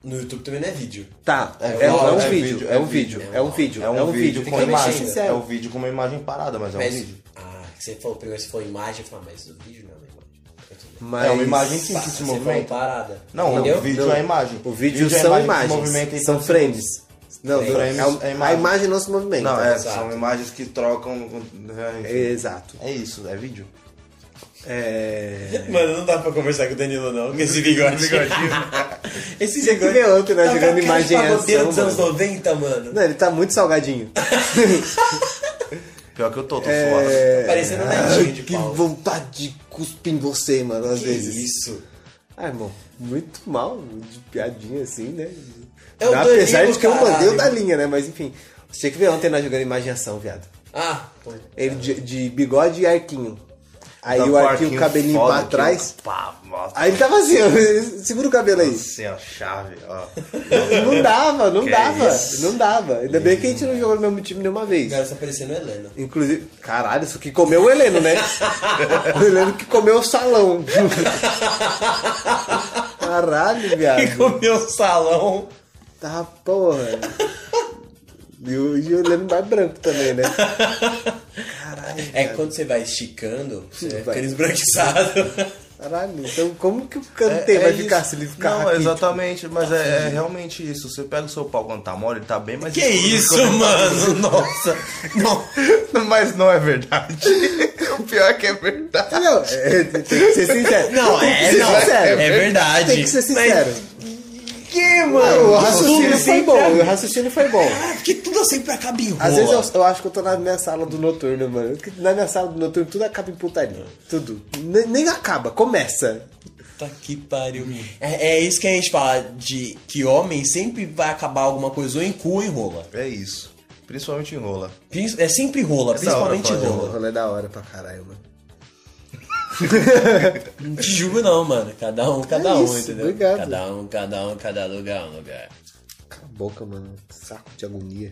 No YouTube também não é vídeo.
Tá,
É
é,
um
um, é um
áudio,
vídeo, é um vídeo, é um vídeo,
É um vídeo
tem
com
que ser
imagem.
sincero.
É um vídeo com uma imagem parada, mas é um
Mas-
vídeo.
Ah, que você falou, primeiro você falou imagem, eu falei, mas o vídeo não é uma imagem. Eu tô bem.
Mas...
É uma imagem sim que
Você
se
falou
movimenta.
parada.
Não,
entendeu?
o vídeo
Não.
é a imagem.
O vídeo,
é a
são
imagem que se movimenta em
imagens, são
tantos
frames. Não, não,
Frames
é um-
é
a
imagem.
imagem não se movimenta.
Não, é,
Exato.
são imagens que trocam. É,
Exato.
é isso, é vídeo.
É...
Mano, não dá pra conversar com o Danilo, não, com esse bigode.
É
esse tá
Que nem ontem, né, jogando imagem em ação,
dos anos
mano.
90, mano.
Não, ele tá muito salgadinho.
Pior que eu tô, tô suado.
É...
Parecendo um netinho de
Que
pau.
vontade de cuspir em você, mano, às
Que
vezes.
isso?
Ah, irmão, muito mal de piadinha assim, né?
É o Danilo,
Apesar de que eu
caralho.
mandei o da linha, né? Mas enfim, você tinha que ver ontem nós jogando imaginação, viado.
Ah, pô.
Ele de, de bigode e arquinho. Aí
Tá
o
com
arquinho, o cabelinho
foda
pra
aqui, ó.
trás.
Pá, nossa.
Aí ele tava assim, ó, segura o cabelo aí.
Assim, ó, chave, ó.
Não dava, não
Que
dava,
isso?
não dava. Ainda bem que a gente não jogou no mesmo time nenhuma
O
vez.
cara tá parecendo o Helena.
Inclusive, caralho, isso que comeu o Heleno, né? o Heleno que comeu o salão. caralho, viado.
comeu o salão.
Tá, porra. E o, e o Leme mais branco também, né? Caralho.
É que quando você vai esticando, você vai
Vai.
ficando esbranquiçado.
Caralho, então como que o Kantê vai
É, isso.
ficar se ele ficar
Não,
raquítico? Tá
exatamente, mas é, é realmente isso. Você pega o seu pau quando tá mole, ele tá bem mais
Que
escuro do
isso,
quando-
mano? Nossa.
Não, mas não é verdade. O pior é que é verdade.
Não, é, tem que ser sincero.
Não,
tem que
é,
ser
não,
sincero.
é verdade.
Tem que ser sincero.
Que,
Não, o
Tudo
raciocínio foi
sempre
bom, o raciocínio foi bom.
É, Porque tudo sempre acaba em rola.
Às vezes eu, eu acho que eu tô na minha sala do noturno, mano. Que Na minha sala do noturno tudo acaba em putaria. Tudo. Nem, nem acaba, começa.
Puta que pariu. É, é isso que a gente fala, de que homem sempre vai acabar alguma coisa ou em cu ou em rola.
É isso. Principalmente enrola.
Prin- É sempre rola,
da hora
principalmente
falar de
O
rola.
rolê é da hora pra caralho, mano.
Não te julgo não, mano. Cada um, cada um,
isso,
entendeu?
obrigado.
Cada um, cada um, cada lugar, um lugar.
Cala a boca, mano. Saco de agonia.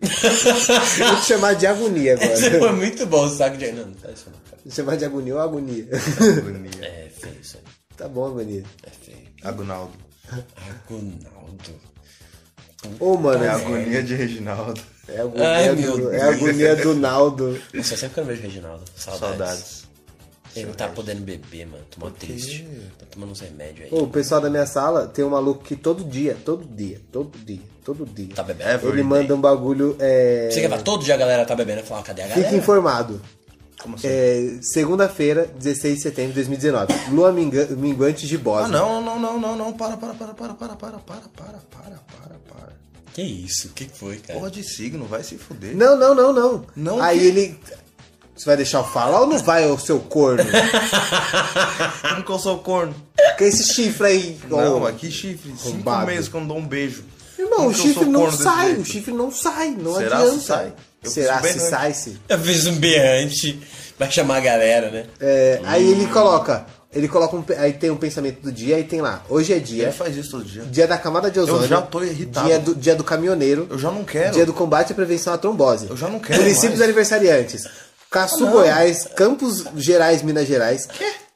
Vou te chamar de agonia
Essa
agora.
foi muito bom o saco de... Não, não faz isso não, cara.
Vou te chamar de agonia ou agonia?
É feio isso aí.
Tá bom, agonia.
É feio.
Agonaldo.
Agonaldo.
Ô, mano,
É
é,
a
agonia.
agonia de Reginaldo.
É a agonia,
Tá. Ai, meu
do, é a agonia do Naldo.
Nossa, eu sempre que eu vejo o Reginaldo. Saudades.
Saudades.
Ele não tá podendo beber, mano. Tô mó triste. Tá tomando uns remédios aí.
Ô, o pessoal da minha sala tem um maluco que todo dia, todo dia, todo dia, todo dia.
Tá bebendo.
É,
ele manda um bagulho. É,
Você quer falar, todo dia a galera tá bebendo e falar, cadê a
Fique
galera?
informado.
Como assim?
É, Segunda-feira, 16 de setembro de 2019. Lua minga- minguante de
Ah,
Bosnia.
não, não, não, não, não. Para, para, para, para, para, para, para, para, para, para, para.
Que isso? O que foi, cara?
Porra de signo, vai se fuder.
É. Não, não, não, não.
Não
Aí
que-
ele. Você vai deixar eu falar ou não vai, ô seu corno?
Como que eu sou corno?
Que esse chifre aí. ô-
Não, mas que chifre. Cinco
Roubado.
meses que eu não dou um beijo.
Irmão,
Como
o
que eu
chifre
sou
não
corno desse
sai,
jeito?
o chifre não sai, não
Será se
adianta.
sai? Eu
Será
fiz um
se
berrante.
sai, se.
Eu fiz um berrante. Vai chamar a galera, né?
É, Aí
Hum.
ele coloca, ele coloca um, pe- aí tem um pensamento do dia, aí tem lá, hoje é dia,
Ele faz isso todo dia.
dia da camada de ozônio,
já tô irritado.
dia do, dia do caminhoneiro,
Eu já não quero.
dia do combate à prevenção à trombose,
Eu já não quero
municípios
mais. Ah,
aniversariantes, Caçu, Goiás, Campos Gerais, Minas Gerais,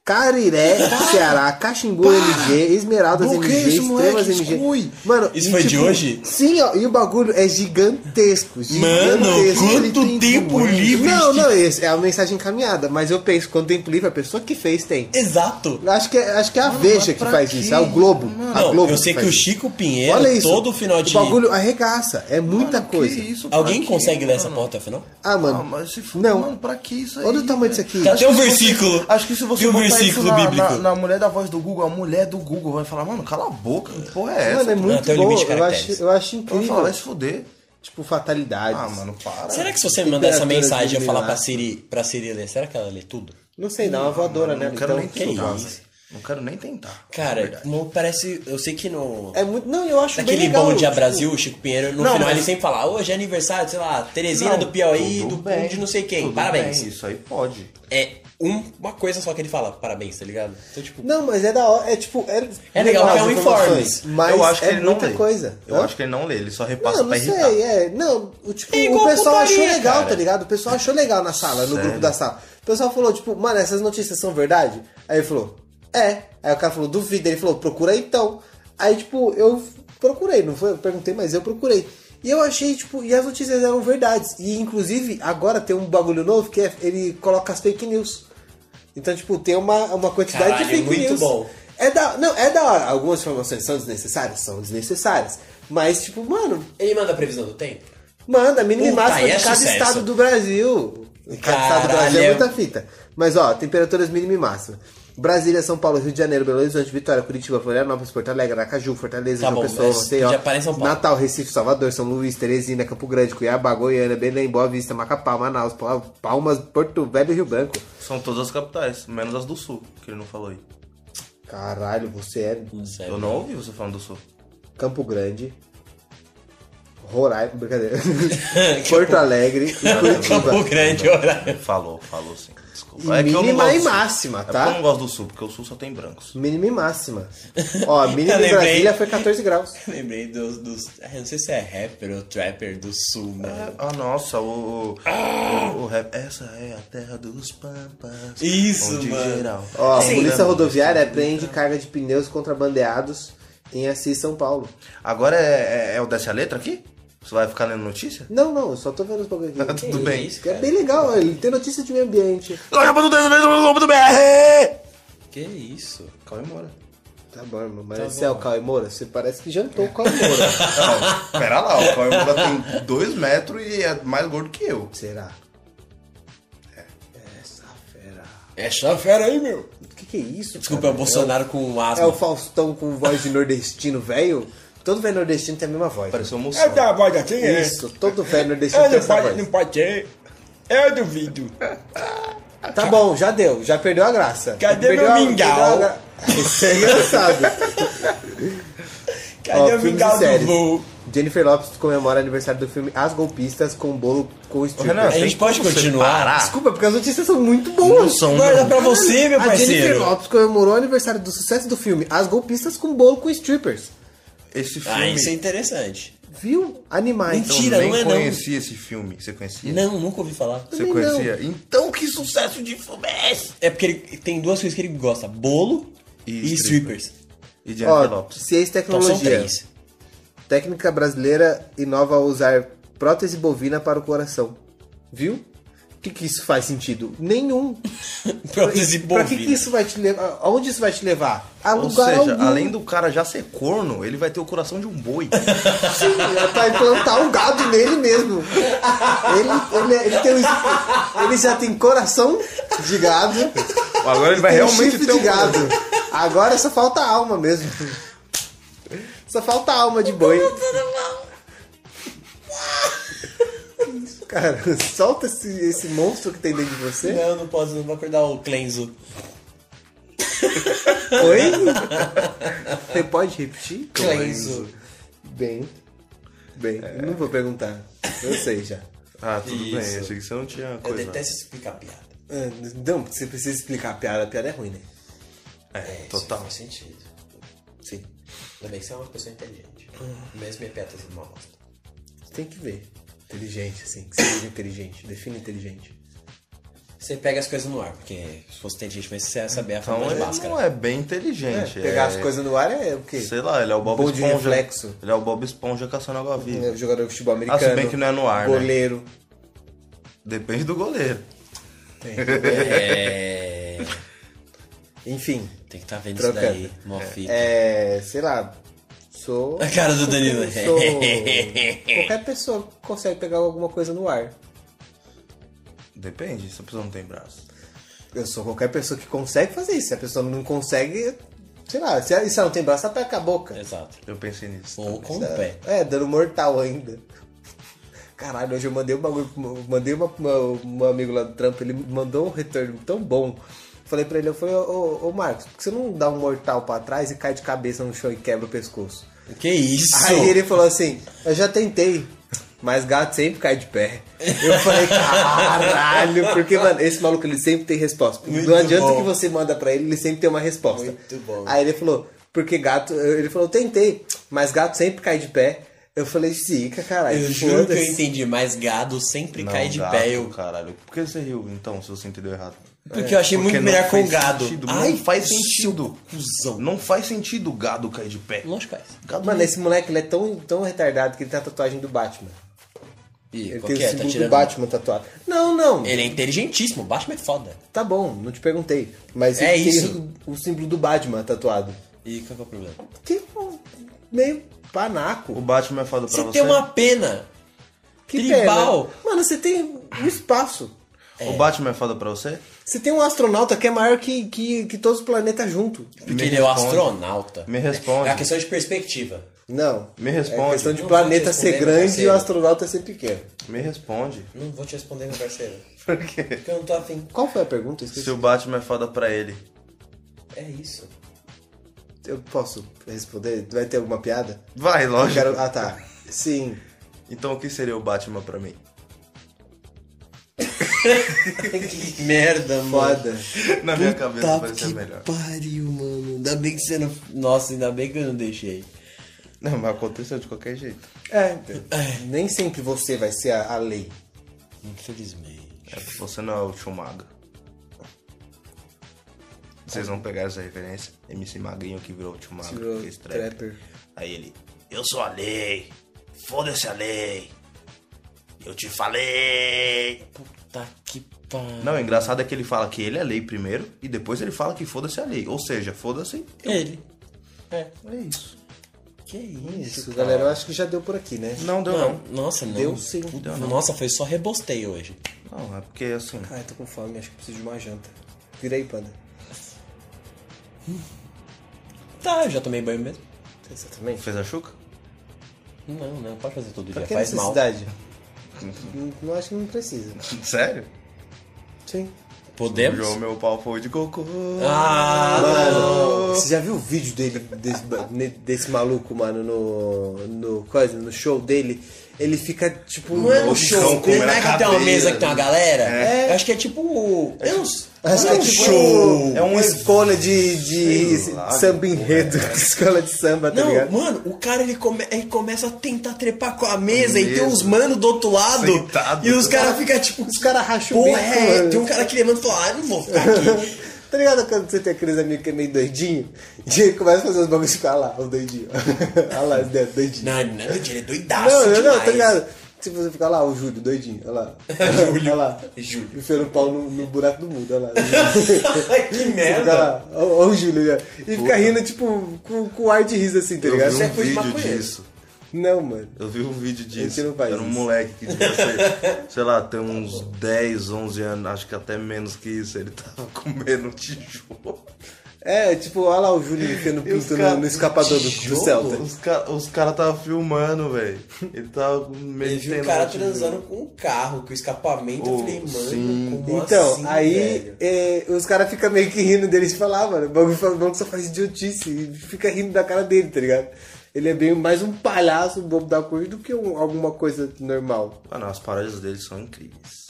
Cariré, Ceará, Caximbu MG, Esmeraldas
Bloqueia
MG,
isso, moleque,
Extremas MG.
exclui.
Mano,
Isso
e tipo,
foi de hoje?
Sim, ó, e o bagulho é gigantesco. gigantesco.
quanto
Ele tem
tempo
tudo.
livre
Não,
que-
não, esse é a mensagem encaminhada, mas eu penso, quanto tempo livre a pessoa que fez tem.
Exato.
Acho que, é- acho que é a Veja
mas
que
pra
faz
quê?
isso, é o Globo. a
Ah,
Não,
Globo
eu sei que
faz
o
isso.
Chico Pinheiro,
Olha isso.
todo final de.
O bagulho arregaça, é muita
Mano, que
coisa.
isso, pra
Alguém
quê,
consegue ler essa
mano?
porta, afinal?
Ah, mano.
Ah, mas se for,
Não.
mano, pra que isso aí? né?
Olha o tamanho disso
velho?
aqui.
Tá até um
que se você-
versículo.
acho que se você
Tem um
botar
versículo
isso na,
bíblico.
na- na mulher da voz do Google, a mulher do Google vai falar, mano, cala a boca. Que porra é essa?
Mano, é muito
tem um
bom.
limite de
Eu acho,
caracteres.
eu acho
Ela vai falar,
incrível.
vai se fuder.
Tipo, fatalidades.
Ah, mano, para.
Será que se você me mandar essa
Temperatura
mensagem e eu falar pra
desregular.
Siri, pra Siri ler, será que ela lê tudo?
Não sei, dá uma voadora, né?
Não quero
Então,
nem
que
tentar.
isso?
velho. Não quero nem tentar. É
Cara,
Verdade.
não parece. Eu sei que no.
É muito. Não, eu acho
Naquele
bem legal.
Bom Dia
tipo,
Brasil, o Chico Pinheiro, no
Não,
final
mas-
ele sempre fala, hoje é aniversário, sei lá, Teresina
Não,
do Piauí,
tudo
do
bem,
de não sei quem,
tudo
parabéns.
bem, isso aí pode.
É um- uma coisa só que ele fala, parabéns, tá ligado? Então, tipo,
Não, mas é da hora. É tipo. É,
É legal que é um
as informações,
informe.
Mas
eu acho que
é
ele não
muita
lê.
coisa.
Eu
Hã?
acho que ele não lê, ele só repassa
Não, não
pra
sei,
irritar.
é. Não, o, tipo,
É igual
o pessoal
putaria,
achou legal,
cara.
tá ligado? O pessoal achou legal na sala, no grupo da sala. O pessoal falou, tipo, mano, essas notícias são verdade? Aí ele falou, é. Aí o cara falou, duvida. Ele falou, procura aí então. Aí, tipo, eu procurei, não foi? Eu perguntei, mas eu procurei. E eu achei, tipo, e as notícias eram verdades. E inclusive, agora tem um bagulho novo que é, ele coloca as fake news. Então, tipo, tem uma, uma quantidade
Caralho,
de fake
muito
news.
bom.
É da, não, é da hora. Algumas informações são desnecessárias? São desnecessárias. Mas, tipo, mano,
ele manda a previsão do tempo?
Manda, mínimo e
Puta,
máximo
aí é
de cada
sucesso.
estado do Brasil. Em Cada estado do
Caralho,
Brasil é
é-
muita fita. Mas ó, temperaturas mínima e máxima. Brasília, São Paulo, Rio de Janeiro, Belo Horizonte, Vitória, Curitiba, Florianópolis, Porto Alegre, Aracaju, Fortaleza,
Tá
João
bom,
Pessoa,
mas
Maceió,
já para em São Paulo.
Natal, Recife, Salvador, São Luís, Teresina, Campo Grande, Cuiabá, Goiânia, Belém, Boa Vista, Macapá, Manaus, Pal- Palmas, Porto Velho e Rio Branco.
São todas as capitais, menos as do sul, que ele não falou aí.
Caralho, você é
Sério.
Eu não ouvi você falando do sul.
Campo Grande, Roraima, brincadeira, Porto Alegre e Curitiba.
Campo Grande, horário.
Falou, falou sim. Desculpa.
E
é que eu não
mínima
gosto
e
do sul.
máxima,
É
tá?
porque eu não gosto do sul, porque o sul só tem brancos.
Mínima e máxima. Ó, a mínima
Eu
em
lembrei.
Brasília foi 14 graus.
Lembrei dos, dos. ah, eu Não sei se é rapper ou trapper do sul,
É.
mano.
Ah, nossa, o, o, o rap. Essa é a terra dos pampas.
Isso,
onde
mano.
Geral.
Ó, a
Sim.
polícia
Lembra?
rodoviária prende carga de pneus contrabandeados em Assis, São Paulo.
Agora é, é, é o desce a letra aqui? Você vai ficar lendo notícia?
Não, não, eu só tô vendo os bagulho aqui.
Tudo bem.
isso,
Que é
cara?
bem legal, ó, ele tem notícia de meio ambiente.
Globo.br!
Que isso?
Calma e mora.
Tá bom, irmão, mas esse é o Cauê Moura? Você parece que jantou o Cauê Moura.
Não, pera lá, o Cauê Moura tem 2 metros e é mais gordo que eu.
Será? É, Essa fera.
Essa É fera aí, meu.
O que, que é isso?
Desculpa, é
cara?
o Bolsonaro com
É
asma.
o Faustão com voz de nordestino, velho? Todo velho nordestino tem a mesma voz.
Pareceu um moção.
É da voz aqui, é?
Isso, todo velho nordestino
Eu
tem
não
essa
pode,
voz.
não pode ser. Eu duvido.
Tá bom, já deu, já perdeu a graça.
Cadê
perdeu
meu
a-
mingau?
perdeu a gra- Isso é engraçado. Ó,
Cadê o
filmes e
mingau do
séries.
voo?
Jennifer Lopes comemora aniversário do filme As Golpistas com bolo com stripper.
A gente pode continuar.
Desculpa, porque as notícias são muito boas.
são,
é
Guarda pra você, meu
A Jennifer
parceiro.
Lopes comemorou o aniversário do sucesso do filme As Golpistas com bolo com strippers.
Esse filme.
Ah, isso é interessante.
Viu? Animais.
Então,
Eu
Mentira,
nem
não é não.
conhecia esse filme. Você conhecia?
Não, nunca ouvi falar.
Você
Também
conhecia? Então que sucesso de filme é esse?
É porque ele tem duas coisas que ele gosta: bolo E strippers.
E Jennifer
Ó,
Lopes.
ciência e
Então são
tecnologia.
três.
Técnica brasileira inova ao usar prótese bovina para o coração. Viu? O que, que isso faz sentido? Nenhum.
Prótese
Pra que, que
bovina.
isso vai te levar? Aonde isso vai te levar? A
Ou
lugar
seja,
algum.
além do cara já ser corno, ele vai ter o coração de um boi.
Sim, é pra implantar um gado nele mesmo. Ele, é, ele, ele, tem um- ele já tem coração de gado.
Agora ele vai
tem
realmente
chifre
ter
de
um
gado. Agora só falta a alma mesmo. Só falta a alma de boi. Cara, solta esse, esse monstro que tem dentro de você.
Não, não posso, não vou acordar o Clenzo.
Oi? Você pode repetir?
Clenzo.
Bem. Bem, não vou perguntar. Eu sei já.
Ah, tudo bem,
Isso.
achei que você não tinha
Eu
coisa.
detesto explicar piada.
Ah, Não, você precisa explicar a piada. A piada é ruim, né?
É,
Isso
total.
Faz sentido. Sim. Ainda bem que você é uma pessoa inteligente. Mesmo minha piada tá sendo uma bosta.
Tem que ver. Inteligente, assim. Que seja inteligente. Defina inteligente.
Você pega as coisas no ar, porque se fosse inteligente, mas você ia saber a
Então
forma de
ele
máscara.
não é bem inteligente.
pegar
é-
as coisas no ar é o quê?
Sei lá, ele é o Bob
Bom de
Esponja.
reflexo.
Ele é o Bob Esponja caçando água viva.
É, Jogador de futebol
Ah,
americano.
se bem que não é no ar, né?
Goleiro.
Depende do goleiro.
É.
Enfim.
Tem que estar vendo
Trocando.
isso daí. Mó fita.
É. Sei lá. Sou.
A cara do Danilo.
Sou... Qualquer pessoa consegue pegar alguma coisa no ar.
Depende, se a pessoa não tem braço.
Eu sou qualquer pessoa que consegue fazer isso. Se a pessoa não consegue, sei lá. Se ela, se ela não tem braço, ela pega com a boca.
Exato.
Eu pensei nisso.
Ou com o pé.
É, dando mortal ainda. Caralho, hoje eu mandei um bagulho, eu mandei uma, uma, um amigo lá do trampo, ele mandou um retorno tão bom. Falei pra ele, eu falei, ô, ô, ô, Marcos, por que você não dá um mortal pra trás e cai de cabeça no chão e quebra o pescoço?
Que isso?
é. Aí ele falou assim, eu já tentei, mas gato sempre cai de pé. Eu falei, caralho, porque, mano, esse maluco, ele sempre tem resposta.
Muito
não adianta
bom.
que você manda pra ele, ele sempre tem uma resposta.
Muito bom.
Aí ele falou, porque gato, eh, ele falou, tentei, mas gato sempre cai de pé. Eu falei, zica, caralho,
Eu juro que eu
foda-se."
entendi, mas gado sempre
Não,
cai de
gato,
pé. Eu...
Caralho, por que você riu então, se você entendeu errado? É,
É, Porque eu achei
Porque
muito
não
melhor com
fez
gado.
sentido,
Ai,
não faz
seu
sentido.
Cuzão.
Não faz sentido o gado cair de pé.
Lógico que faz.
Gado
Mano, esse moleque, ele é tão, tão retardado que ele tem a tatuagem do Batman.
E
Ele
qual
tem o
que é? Tá
símbolo do
tirando...
Batman tatuado. Não, não,
Ele é inteligentíssimo. Batman é foda.
tá bom, não te perguntei. Mas
É
ele tem
isso.
o o símbolo do Batman tatuado.
E qual que é o problema?
tipo, meio panaco.
O Batman é foda pra
Você
você?
tem uma pena.
Que
Tribal.
pena. Mano, você tem um espaço.
O Batman é foda pra você?
Você tem um astronauta que é maior que, que, que todos os planetas junto.
Porque
Me
ele é o
responde.
astronauta.
Me responde.
É uma questão de perspectiva.
Não.
Me
É
responde.
questão de
Não
planeta
vou te responder,
ser grande e
parceiro.
o astronauta ser pequeno.
Me responde.
Não vou te responder, meu parceiro.
Por quê?
Porque eu não tô afim.
Qual foi a pergunta? Eu Esqueci.
Se o Batman é foda pra ele.
É isso.
Eu posso responder? Vai ter alguma piada?
Vai,
Eu
lógico.
quero... Ah, tá. Sim.
Então o que seria o Batman pra mim?
que merda, Tá
Foda.
Na minha cabeça vai ser
que
melhor.
pariu, mano. Ainda bem que você não... Nossa, ainda bem que eu não deixei.
Não, mas aconteceu de qualquer jeito.
É, então, nem sempre você vai ser a, a lei.
Infelizmente.
É porque você não é o Schumacher. Vocês vão pegar essa referência? MC Magrinho que virou o Schumacher,
Virou
que fez trap.
trapper.
Aí ele, eu sou a lei, foda-se a lei, eu te falei.
Puta que pariu.
Não, o engraçado é que ele fala que ele é lei primeiro e depois ele fala que foda-se a lei. Ou seja, foda-se,
Ele. É.
é isso.
Que isso?
Isso, galera, eu acho que já deu por aqui, né?
Não deu
Mano, nossa, não.
Deu sim.
Puta, Nossa, foi só rebostei hoje.
não. Não, é porque assim,
Ai, tô com fome, acho que preciso de uma janta. Vira aí, panda.
Tá, eu já tomei banho mesmo.
Exatamente.
fez a chuca?
Não, não, pode fazer todo
Pra
dia.
que
Faz mal.
necessidade? Não, não acho que não precisa.
Sério?
Sim.
Podemos?
João, meu pau foi de cocô.
Ah,
Mano, você já viu o vídeo dele, desse, ba- ne- desse maluco, mano, no, no, coisa, no show dele? Ele fica, tipo...
Não é no
Nossa,
show.
como
Não
era
é
né?
que tem uma
cadeira,
mesa que tem uma galera?
É.
Eu acho que é tipo. Eu não sei.
Acho
Não
que é
um
tipo
show.
É uma escola de, de
Sei lá,
samba
porra,
enredo. Escola de samba, tá
Não,
ligado?
mano, o cara ele, come- ele começa a tentar trepar com a mesa e tem
Mesmo.
uns mano do outro lado.
Sentado.
E os caras ficam tipo.
Os caras racham o
Porra,
bico,
é.
mano.
Tem um cara que levanta e fala, ah, eu não vou ficar aqui.
Tá ligado quando você tem aqueles amigos que é meio doidinho? E aí começa a fazer os bagulhos e fica, ah lá, os doidinhos. Olha lá, os dedos, doidinho.
Não, não, ele é doidaço
Não, não,
demais.
não, tá ligado? Tipo, você fica olha lá, o Júlio, doidinho, olha lá.
Júlio.
Olha lá.
Júlio.
Enfiando o pau no, no buraco do mundo, olha lá.
Ai, que
Você fica
merda.
lá, ó, ó o Júlio, né? E fica rindo, tipo, com, com ar de riso assim, tá
Eu
ligado?
vi
Você é
um
coisa de
vídeo
maconheiro.
disso.
Não, mano.
Eu vi um vídeo disso.
Esse não faz
Era um
isso.
moleque que devia ser, sei lá, tem uns 10, 11 anos, acho que até menos que isso. Ele tava comendo um tijolo.
É, tipo, olha lá o Júlio enfiando
E os
pinto
cara-
no, no escapador do, do
Tijolo?
Celta.
Os, ca os caras tava filmando, velho. Ele tava meio
Eu vi o
tendo
cara
um
né?
tijolo.
transando com um carro, com escapamento. eu
Oh,
falei, mano,
sim.
como
Então,
assim,
aí
velho?
é, os caras ficam meio que rindo dele de falar, mano. O bagulho fala- o bagulho só faz idiotice e fica rindo da cara dele, tá ligado? Ele é bem mais um palhaço bobo da cor do que um- alguma coisa normal.
Mano, Ah, as paródias dele são incríveis.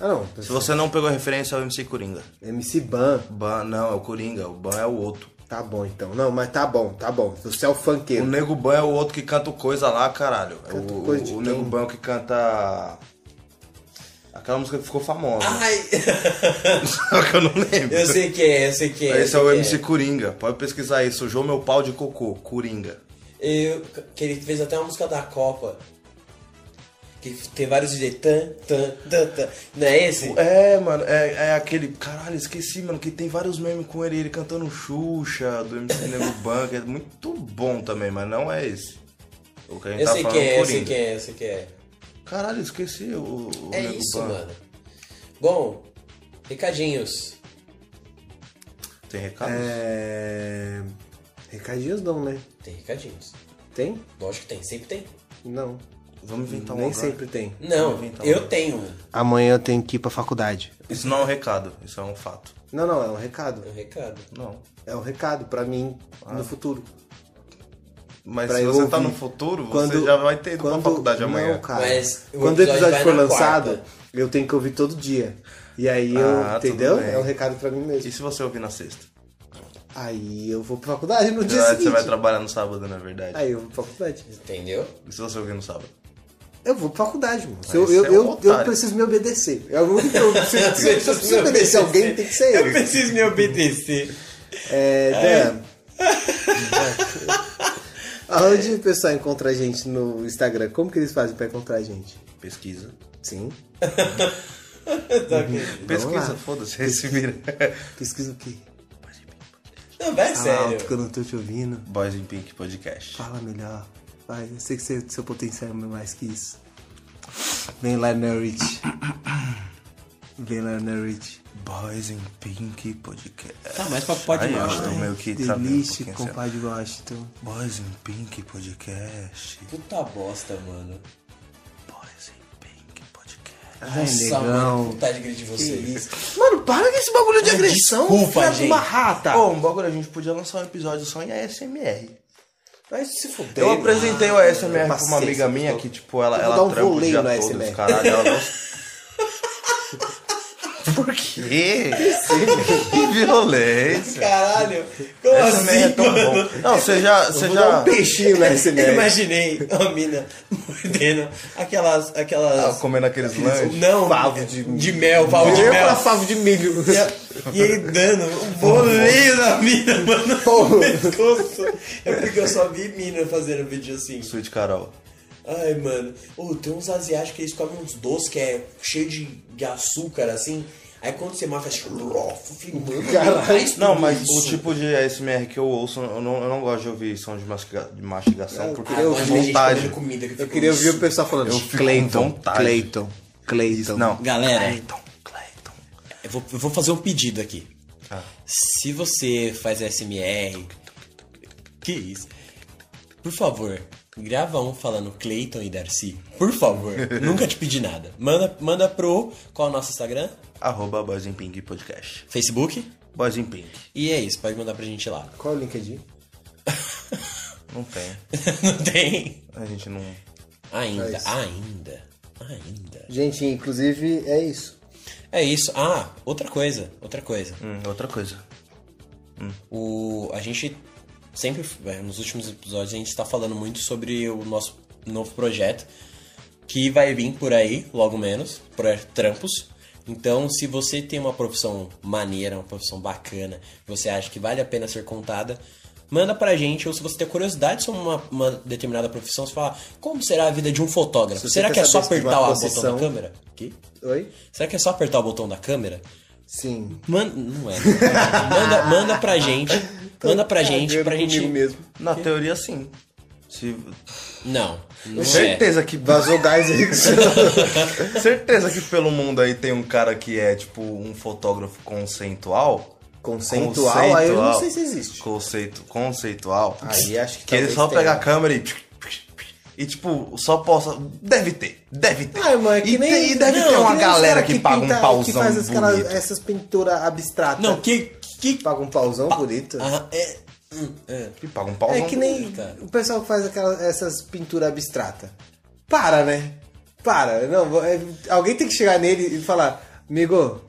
Ah, não.
Se você não pegou a referência, é o MC Coringa.
MC Ban.
Ban, não, é o Coringa. O Ban é o outro.
Tá bom, então. Não, mas tá bom, tá bom. Você é o
O
funkeiro.
Nego Ban é o outro que canta o coisa lá, caralho. É o, o,
coisa de
o
quem?
Nego Ban é o que canta. Aquela música que ficou famosa. né?
Ai,
Só que eu não lembro.
eu sei que é, eu sei que é. eu
Esse
sei
é o
que
MC Coringa. Pode pesquisar aí. Sujou meu pau de cocô. Coringa.
Eu, que ele fez até uma música da Copa. Que tem vários DJ. Tan, tan, tan, tan. Não é esse?
É, mano, é, é aquele. Caralho, esqueci, mano, que tem vários memes com ele, ele cantando Xuxa, do MC Nego Ban, que é muito bom também, mas não é esse. O que a gente
Eu
tá
sei que
falando é
é, eu
o
sei
Coringa.
que é, eu sei que é.
Caralho, esqueci o, o
É
Nego
isso,
Ban.
mano. Bom, recadinhos.
Tem recado?
É. Recadinhos não, né?
Tem recadinhos.
Tem?
Lógico que tem, sempre tem.
Não.
Vamos inventar um
Nem
agora.
sempre tem.
Não,
Vamos inventar
eu
um.
tenho um,
Amanhã eu tenho que ir pra faculdade.
Isso não é um recado, isso é um fato.
Não, não, é um recado.
um recado.
Não.
É um recado pra mim
Ah.
no futuro.
Mas
Pra
se
eu
você tá
ouvir.
no futuro,
Quando-
você já vai ter ido
quando-
pra faculdade
Não,
amanhã.
cara.
Mas o
quando o
episódio
episódio
vai
for
na
lançado,
quarta.
eu tenho que ouvir todo dia. E aí eu,
Ah, tudo
entendeu?
bem.
É um recado pra mim mesmo.
E se você ouvir na sexta?
Aí eu vou pra faculdade no dia
É, Você
seguinte.
vai trabalhar no sábado, na verdade.
Aí eu vou pra faculdade.
Entendeu?
E se você ouvir no sábado?
Eu vou pra faculdade, mano. Se
Aí
eu,
você
eu,
é um
eu, eu
otário.
preciso me obedecer. É o único que eu preciso. Se eu preciso obedecer alguém, tem que ser
Eu
eu.
preciso me obedecer.
É, Dan. Aonde o pessoal encontra a gente no Instagram? Como que eles fazem pra encontrar a gente?
Pesquisa.
Sim.
Tá ok.
Pesquisa,
lá.
foda-se, é aí se vira.
Pesquisa o quê?
Não, vai
Fala alto que
É sério.
eu não tô te ouvindo.
Boys in Pink Podcast.
Fala melhor. Vai, eu sei que você- seu potencial é mais que isso. Vem lá, Norwich. Vem lá, Norwich.
Boys in Pink Podcast.
Tá, mas papo pode
Aí,
mais,
ó,
né?
meio
É
que travei um
Delícia,
pouquinho, assim,
compadre Washington.
ó. Boys in Pink Podcast.
Puta bosta, mano.
Boys in Pink Podcast.
Ai,
Nossa, mano,
negão.
vontade de agredir
Que
você.
isso? Mano, para com esse bagulho de agressão,
desculpa,
filha de uma
gente.
rata.
Pô, um bagulho, a gente podia lançar um episódio só em ASMR.
Vai se fuder.
Eu apresentei
Ah,
o ASMR pra uma
paciência,
amiga minha
pessoal.
que, tipo, ela,
Eu vou
ela
dar um
trampa o
voleio
dia
no
todo,
ASMR.
caralho, ela não... Por quê? é Que violência.
Caralho, como
ASMR é
assim,
tão
mano?
bom. Não, você já... Você
Vou dar
já...
um peixinho na
Eu
SMR.
imaginei uma mina mordendo aquelas.
Ah,
aquelas
comendo aqueles lanches.
não,
favo de-
mel, pavo de
Eu pra
mel.
favo de milho.
E ele dando um boleio na mina, mano, no pescoço. É porque eu só vi mina fazendo vídeo assim.
Sweet Carol.
Ai, mano. Ô, tem uns asiáticos que eles comem uns doces que é cheio de, de açúcar, assim. Aí quando você mata, faz... Eu falei, mano,
Caralho.
faz
Não,
tudo
mas
É isso.
o tipo de ASMR que eu ouço, eu não, eu não gosto de ouvir som de, mastiga- de mastigação,
Eu
porque
Ah,
queria
eu
mas
ouvir-
tem gente
vontade.
comendo comida que
Eu
fica
queria
com
ouvir o
isso.
pessoal falando.
Eu fico com
Cleiton,
vontade.
Cleiton, Cleiton.
Não.
Galera.
Clayton, Clayton.
Eu vou, eu vou fazer um pedido aqui.
Ah.
Se você faz SMR, que isso? Por favor, grava um falando Clayton e Darcy. Por favor, nunca te pedi nada. Manda, manda pro qual é o nosso Instagram,
Arroba Boys in Pink Podcast.
Facebook.
Boys in Pink.
E é isso, pode mandar pra gente lá.
Qual é o LinkedIn?
Não tem.
Não tem?
A gente não... hum,
Ainda,
É isso.
ainda, ainda.
Gente, inclusive, é isso.
É isso. Ah, outra coisa, outra coisa.
Hum, outra coisa.
O, a gente sempre, é, nos últimos episódios, a gente está falando muito sobre o nosso novo projeto que vai vir por aí, logo menos, por Trampos. Então, se você tem uma profissão maneira, uma profissão bacana, que você acha que vale a pena ser contada, manda pra gente. Ou se você tem curiosidade sobre uma, uma determinada profissão, você fala, como será a vida de um fotógrafo?
Se você
Será
quer
que é só
saber se tem
apertar
uma
o botão
profissão-
da câmera? Que?
Oi?
Será que é só apertar o botão da câmera?
Sim.
Manda, não é. manda, manda pra gente. Manda pra gente,
Cagando
pra gente.
Tá É, comigo mesmo.
Na teoria, sim. Se-
Não, não é.
certeza que
Vazou gás é aí. que você-
certeza que pelo mundo aí tem um cara que é tipo um fotógrafo conceitual.
Conceitual, aí eu não sei se existe.
Conceito, conceitual.
Aí tá acho que
que ele
talvez
só
tenha.
pega a câmera e e tipo, só possa, deve ter, deve ter.
Ah, mano, é que
e,
nem.
tem- e deve
não,
ter
que
uma
nem os
galera
cara
que, paga
pinta-
um pauzão
Que faz as caras-
bonito.
essas pinturas abstratas.
Não, que. que...
Paga um pauzão bonito.
Ah, é. hum, é.
Que paga um pauzão
É que nem
bonito, cara.
o pessoal que faz aquelas, essas pinturas abstratas. Para, né? Para. Não, vou- é- alguém tem que chegar nele e falar, amigo,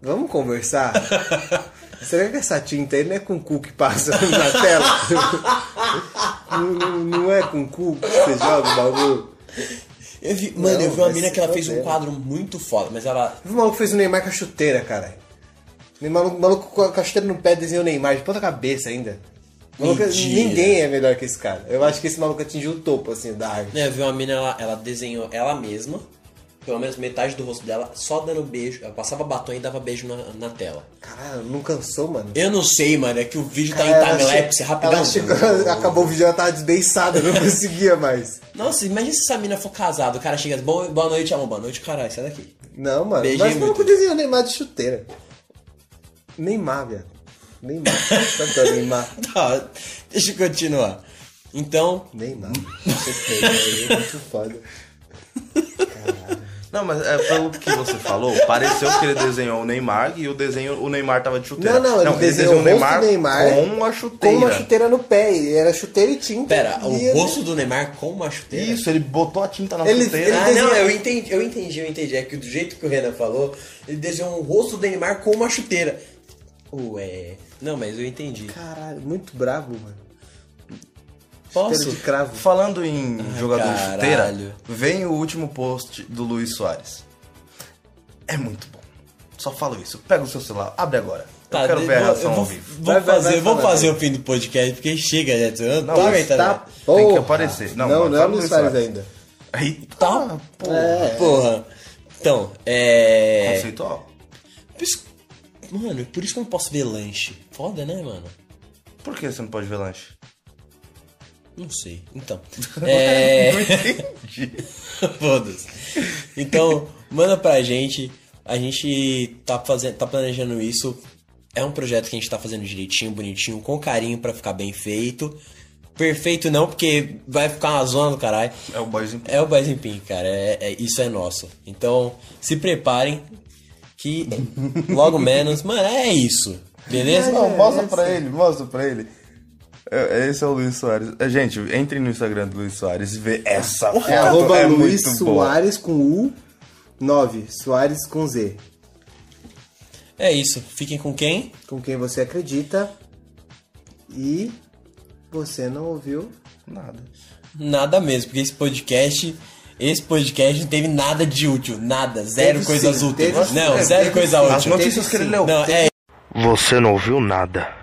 vamos conversar? Será que essa tinta aí não é com cu que passa na tela? não, não- não é com cu que você joga o bagulho?
Eu vi- mano, eu vi uma
vai
mina
se
que ela fez um
foder.
quadro muito foda, mas ela.
O um maluco fez o Neymar com a chuteira, caralho. O maluco, maluco com a com a chuteira no pé desenhou o Neymar de ponta cabeça ainda. O maluco-
Mentira.
ninguém é melhor que esse cara. Eu acho que esse maluco atingiu o topo, assim, da arte.
né, eu vi uma mina, ela, ela desenhou ela mesma, pelo menos metade do rosto dela, só dando beijo. Ela passava batom e dava beijo na, na tela.
Caralho, não cansou, mano.
Eu não sei, mano, é que o vídeo tá
Ela
em timelapse
che-
rapidão.
ela chegou- acabou o vídeo, ela tava desbeiçada, eu não conseguia mais.
Nossa, imagina se essa mina for casada, o cara chega assim, "Boa- boa noite, amor, boa noite, caralho, sai daqui.
Não, mano.
Beijei
mas o maluco
muito.
desenhou Neymar de chuteira. Neymar, velho. Neymar. Sabe qual é o Neymar?
Tá, deixa eu continuar. Então,
Neymar. Chuteira, é muito foda.
Não, mas é, pelo que você falou, pareceu que ele desenhou o Neymar e o desenho, o Neymar tava de chuteira.
Não, não, ele desenhou o Neymar, Neymar
com a chuteira.
Com uma chuteira no pé. E era chuteira e tinta.
pera,
e
o
ele-
rosto do Neymar com uma chuteira?
Isso, ele botou a tinta na
Ele-
chuteira.
ele
Ah,
desenhou-
não, eu entendi, eu entendi, eu entendi. É que do jeito que o Renan falou, ele desenhou um rosto do Neymar com uma chuteira. Ué. Não, mas eu entendi.
Caralho, muito brabo, mano. Chuteira
Posso?
de cravo.
Falando em jogador de
caralho.
chuteira, vem o último post do Luiz Soares. É muito bom. Só falo isso. Pega o seu celular, abre agora. eu quero
de-
ver a
vou-
reação
Tá, eu
ao
vou,
vivo.
vou
Vai, vai,
fazer,
vai,
vou
fala,
fazer
Renan.
o fim do podcast, porque chega, gente. Eu não
Não, né?
tô aguentando.
Tá
mais.
Tem que
porra.
aparecer. Não,
Não, não,
mano,
é o
fala
Luiz
Luiz
Soares
Soares.
ainda.
Eita, Tá?
tá?
pô.
É.
né? Porra. Então, é.
Conceitual.
Por isso- Mano, por isso que eu não posso ver lanche. Foda, né, mano?
Por que você não pode ver lanche?
Não sei. Então. É.
Não entendi.
Foda-se. Então, manda pra gente. A gente tá, fazendo, tá planejando isso. É um projeto que a gente tá fazendo direitinho, bonitinho, com carinho pra ficar bem feito. Perfeito não, porque vai ficar uma zona do caralho.
É o boyzinho.
É o Baizen Pim, cara. É, é- isso é nosso. Então, se preparem que logo menos... Mano, é isso. Beleza?
Não, mostra pra ele, mostra pra ele. É, Esse é o Luiz Soares. É, Gente, entre no Instagram do Luiz Soares e vê essa foto.
É arroba
é
Luiz
muito boa.
Soares com U 9, Soares com Z.
É isso. Fiquem com quem?
Com quem você acredita e você não ouviu.
Nada.
Nada mesmo, porque esse podcast. Esse podcast não teve nada de útil, nada, zero
Teve
coisas
sim,
úteis.
teve sim.
não,
É,
zero
teve
coisa
sim.
As
útil. é,
notícias que ele
sim.
leu.
Não, é
Você não ouviu nada.